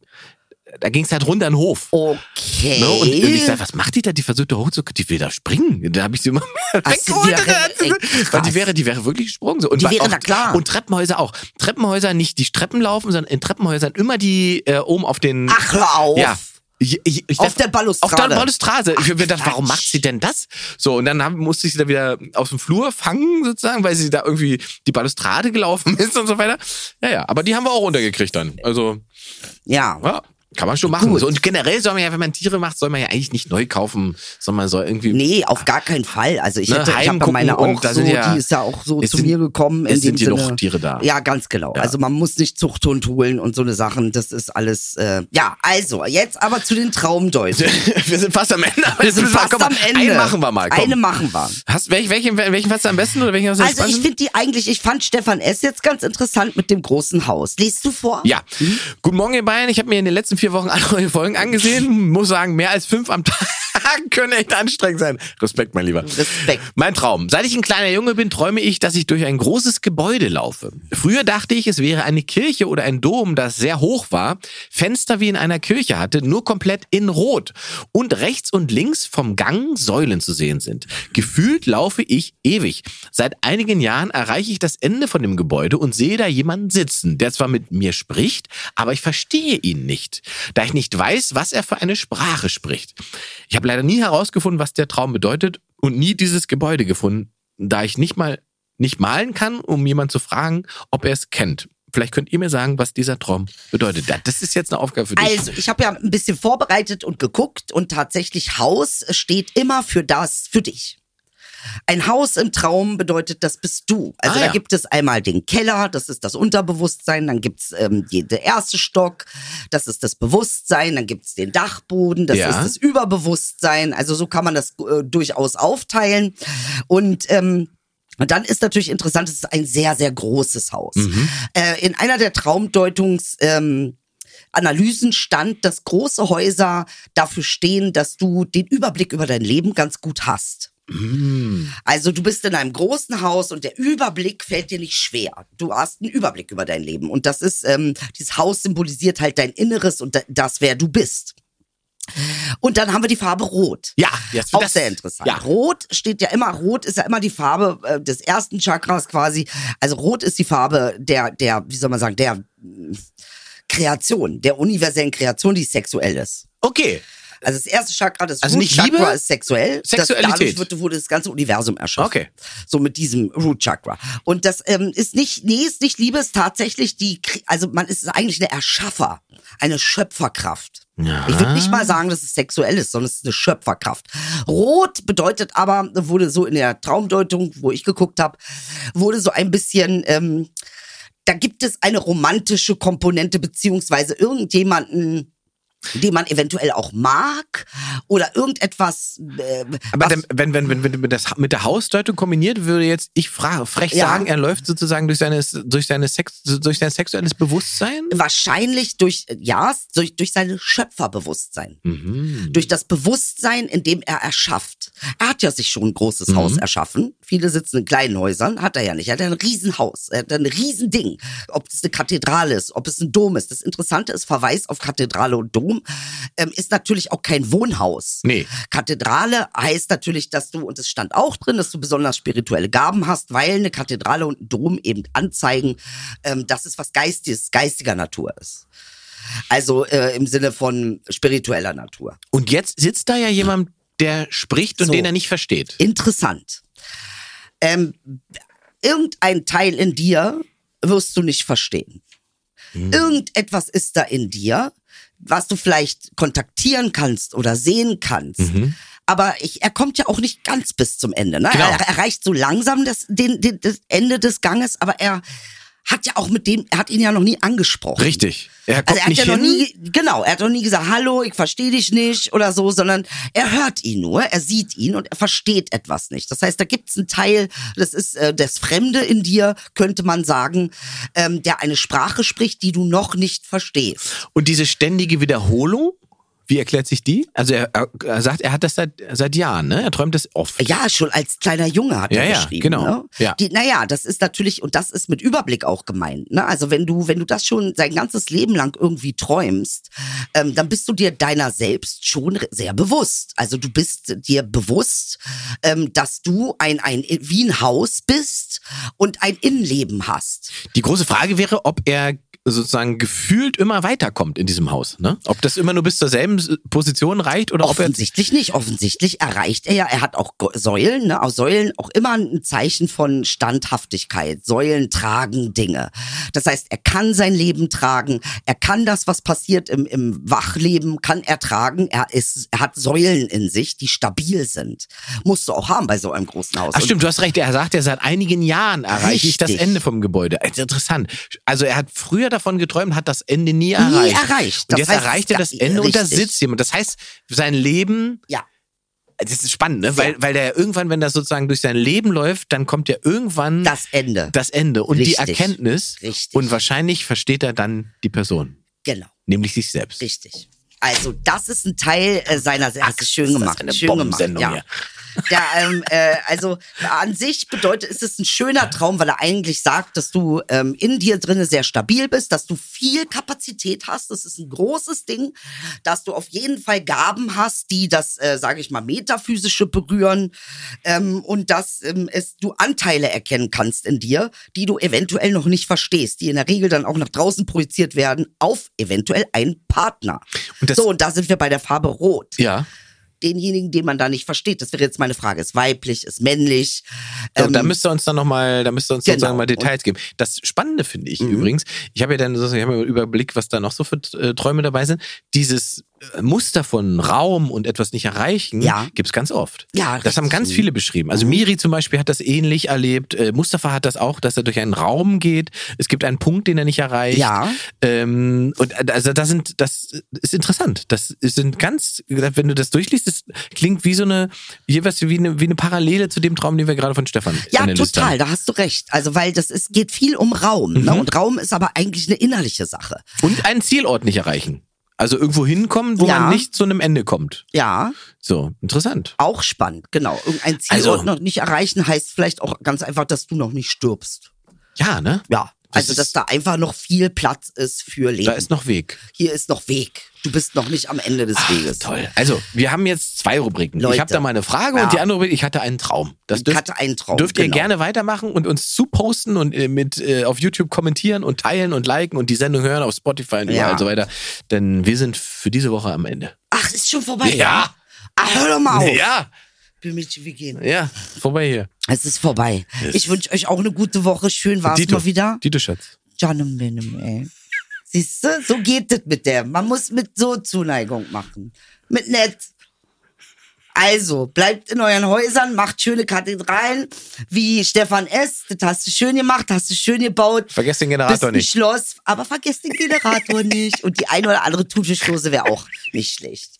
S5: da ging es halt runter in den Hof.
S4: Okay.
S5: Ne? Und, und ich sag, was macht die da? Die versucht da hochzukommen. Die will da springen. Da habe ich sie immer [LAUGHS]
S4: Ach, sie
S5: weggeholt.
S4: wäre- ey, krass.
S5: Weil die wäre, die wäre wirklich gesprungen. So. Und
S4: Die
S5: war
S4: wäre,
S5: auch,
S4: na klar.
S5: Und Treppenhäuser auch. Treppenhäuser nicht die Treppen laufen, sondern in Treppenhäusern immer die äh, oben auf den.
S4: Ach, hör auf.
S5: Ja. Ich, ich, ich
S4: Auf
S5: dachte-
S4: der Balustrade.
S5: Auf der Balustrade. ich mir gedacht, warum
S4: Quatsch.
S5: macht sie denn das? So, und dann haben, musste ich sie da wieder aus dem Flur fangen, sozusagen, weil sie da irgendwie die Balustrade gelaufen [LAUGHS] ist und so weiter. Ja, ja. Aber die haben wir auch runtergekriegt dann. Also,
S4: Ja.
S5: ja, kann man schon machen. So, und generell soll man ja, wenn man Tiere macht, soll man ja eigentlich nicht neu kaufen, sondern man soll irgendwie.
S4: Nee, auf gar keinen Fall. Also ich,
S5: Ne,
S4: hätte, ich habe ja
S5: heimgucken
S4: meine
S5: und
S4: auch
S5: da
S4: so,
S5: sind ja-
S4: die ist ja auch so
S5: es
S4: zu
S5: sind-
S4: mir gekommen.
S5: es
S4: in
S5: sind
S4: dem Sinne,
S5: genug Tiere da.
S4: Ja, ganz genau. Also man muss nicht Zuchthund holen und so eine Sachen. Das ist alles, äh, ja, also jetzt aber zu
S5: [LAUGHS]
S4: den Traumdeuten.
S5: [LAUGHS] wir sind fast am Ende. [LAUGHS]
S4: Wir sind fast
S5: Komm,
S4: am Ende.
S5: Einen machen wir mal. Komm.
S4: Eine machen wir.
S5: Hast, welchen, welchen, welchen fandst du am besten oder welchen hast du am
S4: Also ich
S5: spannendsten?
S4: finde die eigentlich, ich fand Stefan S. jetzt ganz interessant mit dem großen Haus. Liest du vor?
S5: Ja. Guten Morgen, ihr beiden. Ich habe mir in den letzten vier Wochen alle eure Folgen angesehen. Muss sagen, mehr als fünf am Tag [LAUGHS] können echt anstrengend sein. Respekt, mein Lieber.
S4: Respekt.
S5: Mein Traum. Seit ich ein kleiner Junge bin, träume ich, dass ich durch ein großes Gebäude laufe. Früher dachte ich, es wäre eine Kirche oder ein Dom, das sehr hoch war, Fenster wie in einer Kirche hatte, nur komplett in Rot und rechts und links vom Gang Säulen zu sehen sind. Gefühlt laufe ich ewig. Seit einigen Jahren erreiche ich das Ende von dem Gebäude und sehe da jemanden sitzen, der zwar mit mir spricht, aber ich verstehe ihn nicht, da ich nicht weiß, was er für eine Sprache spricht. Ich habe leider nie herausgefunden, was der Traum bedeutet und nie dieses Gebäude gefunden, da ich nicht mal nicht malen kann, um jemanden zu fragen, ob er es kennt. Vielleicht könnt ihr mir sagen, was dieser Traum bedeutet. Ja, Das ist jetzt eine Aufgabe für dich.
S4: Also, ich habe ja ein bisschen vorbereitet und geguckt und tatsächlich Haus steht immer für das, für dich. Ein Haus im Traum bedeutet, das bist du. Also
S5: Ah,
S4: da
S5: ja.
S4: gibt es einmal den Keller, das ist das Unterbewusstsein, dann gibt's ähm, die, der erste Stock, das ist das Bewusstsein, dann gibt's den Dachboden, das
S5: Ja.
S4: ist das Überbewusstsein. Also so kann man das äh, durchaus aufteilen. Und ähm, und dann ist natürlich interessant, es ist ein sehr, sehr großes Haus. Äh, in einer der Traumdeutungs... Ähm, Analysen stand, dass große Häuser dafür stehen, dass du den Überblick über dein Leben ganz gut hast. Also du bist in einem großen Haus und der Überblick fällt dir nicht schwer. Du hast einen Überblick über dein Leben und das ist, ähm, dieses Haus symbolisiert halt dein Inneres und da- das, wer du bist. Und dann haben wir die Farbe Rot.
S5: Ja, jetzt-
S4: auch
S5: das-
S4: sehr interessant.
S5: ja.
S4: Rot steht ja immer, Rot ist ja immer die Farbe äh, des ersten Chakras quasi. Also Rot ist die Farbe der, der, wie soll man sagen, der mh, Kreation, der universellen Kreation, die sexuell ist.
S5: okay.
S4: Also das erste Chakra, das
S5: Also
S4: Root
S5: nicht
S4: Chakra
S5: Liebe?
S4: ist sexuell.
S5: Sexualität.
S4: Das, dadurch wird, wurde das ganze Universum erschaffen.
S5: Okay.
S4: So mit diesem Root Chakra. Und das ähm, ist nicht, nee, ist nicht Liebe, ist tatsächlich die, Kri- also man ist eigentlich eine Erschaffer, eine Schöpferkraft. Ich würde nicht mal sagen, dass es sexuell ist, sondern es ist eine Schöpferkraft. Rot bedeutet aber, wurde so in der Traumdeutung, wo ich geguckt habe, wurde so ein bisschen ähm, da gibt es eine romantische Komponente beziehungsweise irgendjemanden, den man eventuell auch mag oder irgendetwas. Äh,
S5: Aber
S4: was-
S5: dann, wenn, wenn, wenn, wenn du das mit der Hausdeutung kombiniert, würde jetzt ich fra- frech
S4: Ja.
S5: sagen, er läuft sozusagen durch, seines, durch, seine Sex, durch sein sexuelles Bewusstsein.
S4: wahrscheinlich durch ja durch, durch sein Schöpferbewusstsein, durch das Bewusstsein, in dem er erschafft. Er hat ja sich schon ein großes Haus erschaffen. Viele sitzen in kleinen Häusern, hat er ja nicht. Er hat ja ein Riesenhaus, er hat ein Riesending. Ob das eine Kathedrale ist, ob es ein Dom ist. Das Interessante ist Verweis auf Kathedrale und Dom ähm, ist natürlich auch kein Wohnhaus.
S5: Nee.
S4: Kathedrale heißt natürlich, dass du, und es stand auch drin, dass du besonders spirituelle Gaben hast, weil eine Kathedrale und ein Dom eben anzeigen, ähm, dass es was Geistiges, geistiger Natur ist. Also äh, im Sinne von spiritueller Natur.
S5: Und jetzt sitzt da ja jemand, der spricht und
S4: So.
S5: den er nicht versteht.
S4: Interessant. Ähm, irgendein Teil in dir wirst du nicht verstehen.
S5: Hm.
S4: Irgendetwas ist da in dir, was du vielleicht kontaktieren kannst oder sehen kannst. Aber ich, er kommt ja auch nicht ganz bis zum Ende. Ne?
S5: Mhm. Genau.
S4: Er erreicht so langsam das, den, den, das Ende des Ganges, aber er hat ja auch mit dem, er hat ihn ja noch nie angesprochen.
S5: Richtig. Er kommt
S4: Also er hat
S5: nicht
S4: ja
S5: hin.
S4: noch nie, genau, er hat noch nie gesagt, hallo, ich verstehe dich nicht oder so, sondern er hört ihn nur, er sieht ihn und er versteht etwas nicht. Das heißt, da gibt es einen Teil, das ist äh, das Fremde in dir, könnte man sagen, ähm, der eine Sprache spricht, die du noch nicht verstehst.
S5: Und diese ständige Wiederholung, wie erklärt sich die? Also er, er- er sagt, er hat das seit, seit Jahren, ne? Er träumt das oft.
S4: Ja, schon als kleiner Junge hat
S5: Ja,
S4: er
S5: ja,
S4: geschrieben.
S5: genau.
S4: Ne?
S5: Ja.
S4: Die, naja, das ist natürlich, und das ist mit Überblick auch gemeint. Ne? Also wenn du, wenn du das schon dein ganzes Leben lang irgendwie träumst, ähm, dann bist du dir deiner selbst schon re- sehr bewusst. Also du bist dir bewusst, ähm, dass du ein, ein, wie ein Haus bist und ein Innenleben hast.
S5: Die große Frage wäre, ob er sozusagen gefühlt immer weiterkommt in diesem Haus, ne? Ob das immer nur bis zur selben Position reicht oder ob er
S4: Offensichtlich nicht. Offensichtlich erreicht er ja, er hat auch Go- Säulen, ne? Aus Säulen auch immer ein Zeichen von Standhaftigkeit. Säulen tragen Dinge. Das heißt, er kann sein Leben tragen, er kann das, was passiert im, im Wachleben, kann er tragen. Er, ist, er hat Säulen in sich, die stabil sind. Musst du auch haben bei so einem großen Haus.
S5: Ach stimmt, du hast recht. Er sagt ja, seit einigen Jahren erreiche ich das
S4: Richtig.
S5: Ende vom Gebäude. Das ist interessant. Also er hat früher davon geträumt, hat das Ende nie erreicht.
S4: erreicht.
S5: Und
S4: Das
S5: jetzt
S4: heißt,
S5: erreicht er
S4: es
S5: das
S4: gab-
S5: Ende und da
S4: richtig.
S5: sitzt jemand. Das heißt, sein Leben,
S4: Und, ja.
S5: das ist spannend, ne? Weil, weil der irgendwann, wenn das sozusagen durch sein Leben läuft, dann kommt ja irgendwann
S4: Das Ende.
S5: das Ende und
S4: Richtig.
S5: die Erkenntnis.
S4: Richtig.
S5: Und wahrscheinlich versteht er dann die Person,
S4: Genau.
S5: nämlich sich selbst.
S4: Richtig. Also das ist ein Teil äh, seiner. Ach, das ist schön
S5: ist das
S4: gemacht.
S5: eine
S4: schön gemacht.
S5: Bombensendung
S4: Ja.
S5: hier.
S4: ja ähm, äh, also an sich bedeutet, ist es ein schöner Traum, weil er eigentlich sagt, dass du ähm, in dir drinne sehr stabil bist, dass du viel Kapazität hast. Das ist ein großes Ding, dass du auf jeden Fall Gaben hast, die das, äh, sage ich mal, metaphysische berühren ähm, und dass ähm, es du Anteile erkennen kannst in dir, die du eventuell noch nicht verstehst, die in der Regel dann auch nach draußen projiziert werden auf eventuell einen Partner.
S5: Und das-
S4: so und da sind wir bei der Farbe Rot
S5: Ja.
S4: denjenigen, den man da nicht versteht. Das wäre jetzt meine Frage. Ist weiblich, ist männlich?
S5: So, da
S4: Ähm,
S5: müsst ihr uns dann nochmal, da müsst ihr uns
S4: genau. Mhm.
S5: sozusagen mal Details geben. Das Spannende finde ich übrigens, ich habe ja dann sozusagen, ich habe ja einen Überblick, was da noch so für äh, Träume dabei sind. Dieses äh, Muster von Raum und etwas nicht erreichen
S4: Ja.
S5: gibt es ganz oft.
S4: Ja,
S5: das haben
S4: richtig.
S5: ganz viele beschrieben.
S4: Mhm.
S5: Also Miri zum Beispiel hat das ähnlich erlebt. Äh, Mustafa hat das auch, dass er durch einen Raum geht. Es gibt einen Punkt, den er nicht erreicht.
S4: Ja.
S5: Ähm, und äh, also da sind, das ist interessant. Das sind ganz, wenn du das durchliest, das klingt wie so eine, jeweils wie eine, wie eine Parallele zu dem Traum, den wir gerade von Stefan
S4: Ja,
S5: an der Liste
S4: total,
S5: haben.
S4: da hast du recht. Also, weil das ist, geht viel um Raum.
S5: Mhm.
S4: Ne? Und Raum ist aber eigentlich eine innerliche Sache.
S5: Und einen Zielort nicht erreichen. Also irgendwo hinkommen, wo
S4: Ja.
S5: man nicht zu einem Ende kommt.
S4: Ja,
S5: So, interessant.
S4: auch spannend, genau. Irgendein Ziel
S5: Also-
S4: noch nicht erreichen heißt vielleicht auch ganz einfach, dass du noch nicht stirbst.
S5: Ja, ne?
S4: Ja.
S5: Das
S4: also,
S5: ist-
S4: dass da einfach noch viel Platz ist für Leben.
S5: Da ist noch Weg.
S4: Hier ist noch Weg. Du bist noch nicht am Ende des Weges.
S5: Toll. Also, wir haben jetzt zwei Rubriken.
S4: Leute.
S5: Ich habe da mal eine Frage
S4: Ja.
S5: und die andere Rubrik, ich hatte einen Traum. Das
S4: Ich
S5: dürft,
S4: hatte einen Traum,
S5: Dürft ihr
S4: genau.
S5: gerne weitermachen und uns zuposten und äh, mit äh, auf YouTube kommentieren und teilen und liken und die Sendung hören auf Spotify und
S4: Ja.
S5: überall und so weiter. Denn wir sind für diese Woche am Ende.
S4: Ach, ist schon vorbei.
S5: Ja.
S4: Ach, hör doch mal auf.
S5: Ja,
S4: Bill Mitchell, wir gehen.
S5: ja, vorbei hier.
S4: Es ist vorbei. Ich wünsche euch auch eine gute Woche. Schön war es
S5: Dito.
S4: mal wieder.
S5: Dito Schatz.
S4: John Minim, ey. Siehst du, so geht das mit der. Man muss mit so Zuneigung machen. Mit nett. Also, bleibt in euren Häusern, macht schöne Kathedralen, wie Stefan S. Das hast du schön gemacht, hast du schön gebaut.
S5: Vergesst den Generator
S4: Bist ein
S5: nicht.
S4: Schloss, aber vergesst den
S5: [LAUGHS]
S4: Generator nicht. Und die eine oder andere Thunfischdose wäre auch
S5: [LAUGHS]
S4: nicht schlecht.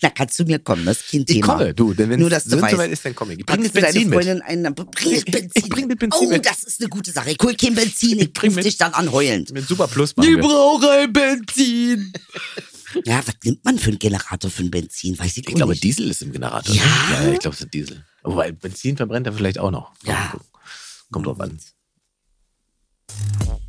S4: Na, kannst du mir kommen, das ist kein
S5: Ich
S4: Thema.
S5: komme, du. Denn wenn
S4: Nur, dass
S5: es
S4: du weißt.
S5: soweit ist, dann komme ich. Ich bring
S4: Packst
S5: das
S4: du deine
S5: Benzin mit.
S4: Freundin ein, dann bring das
S5: Ich-
S4: Benzin.
S5: ich bring das Benzin
S4: Oh,
S5: mit.
S4: das ist eine gute Sache. Ich hol kein Benzin,
S5: bring
S4: ich bring
S5: mit.
S4: dich dann an heulend.
S5: Mit Super Plus machen wir.
S4: brauche
S5: [LAUGHS]
S4: ein Benzin. Ja, was nimmt man für einen Generator für ein Benzin? Weiß ich,
S5: Ich glaube,
S4: nicht.
S5: Diesel ist im Generator. ne?
S4: Ja?
S5: ja ich glaube, es ist Diesel. Wobei Benzin verbrennt er vielleicht auch noch. Mal
S4: Ja.
S5: gucken. Kommt drauf an.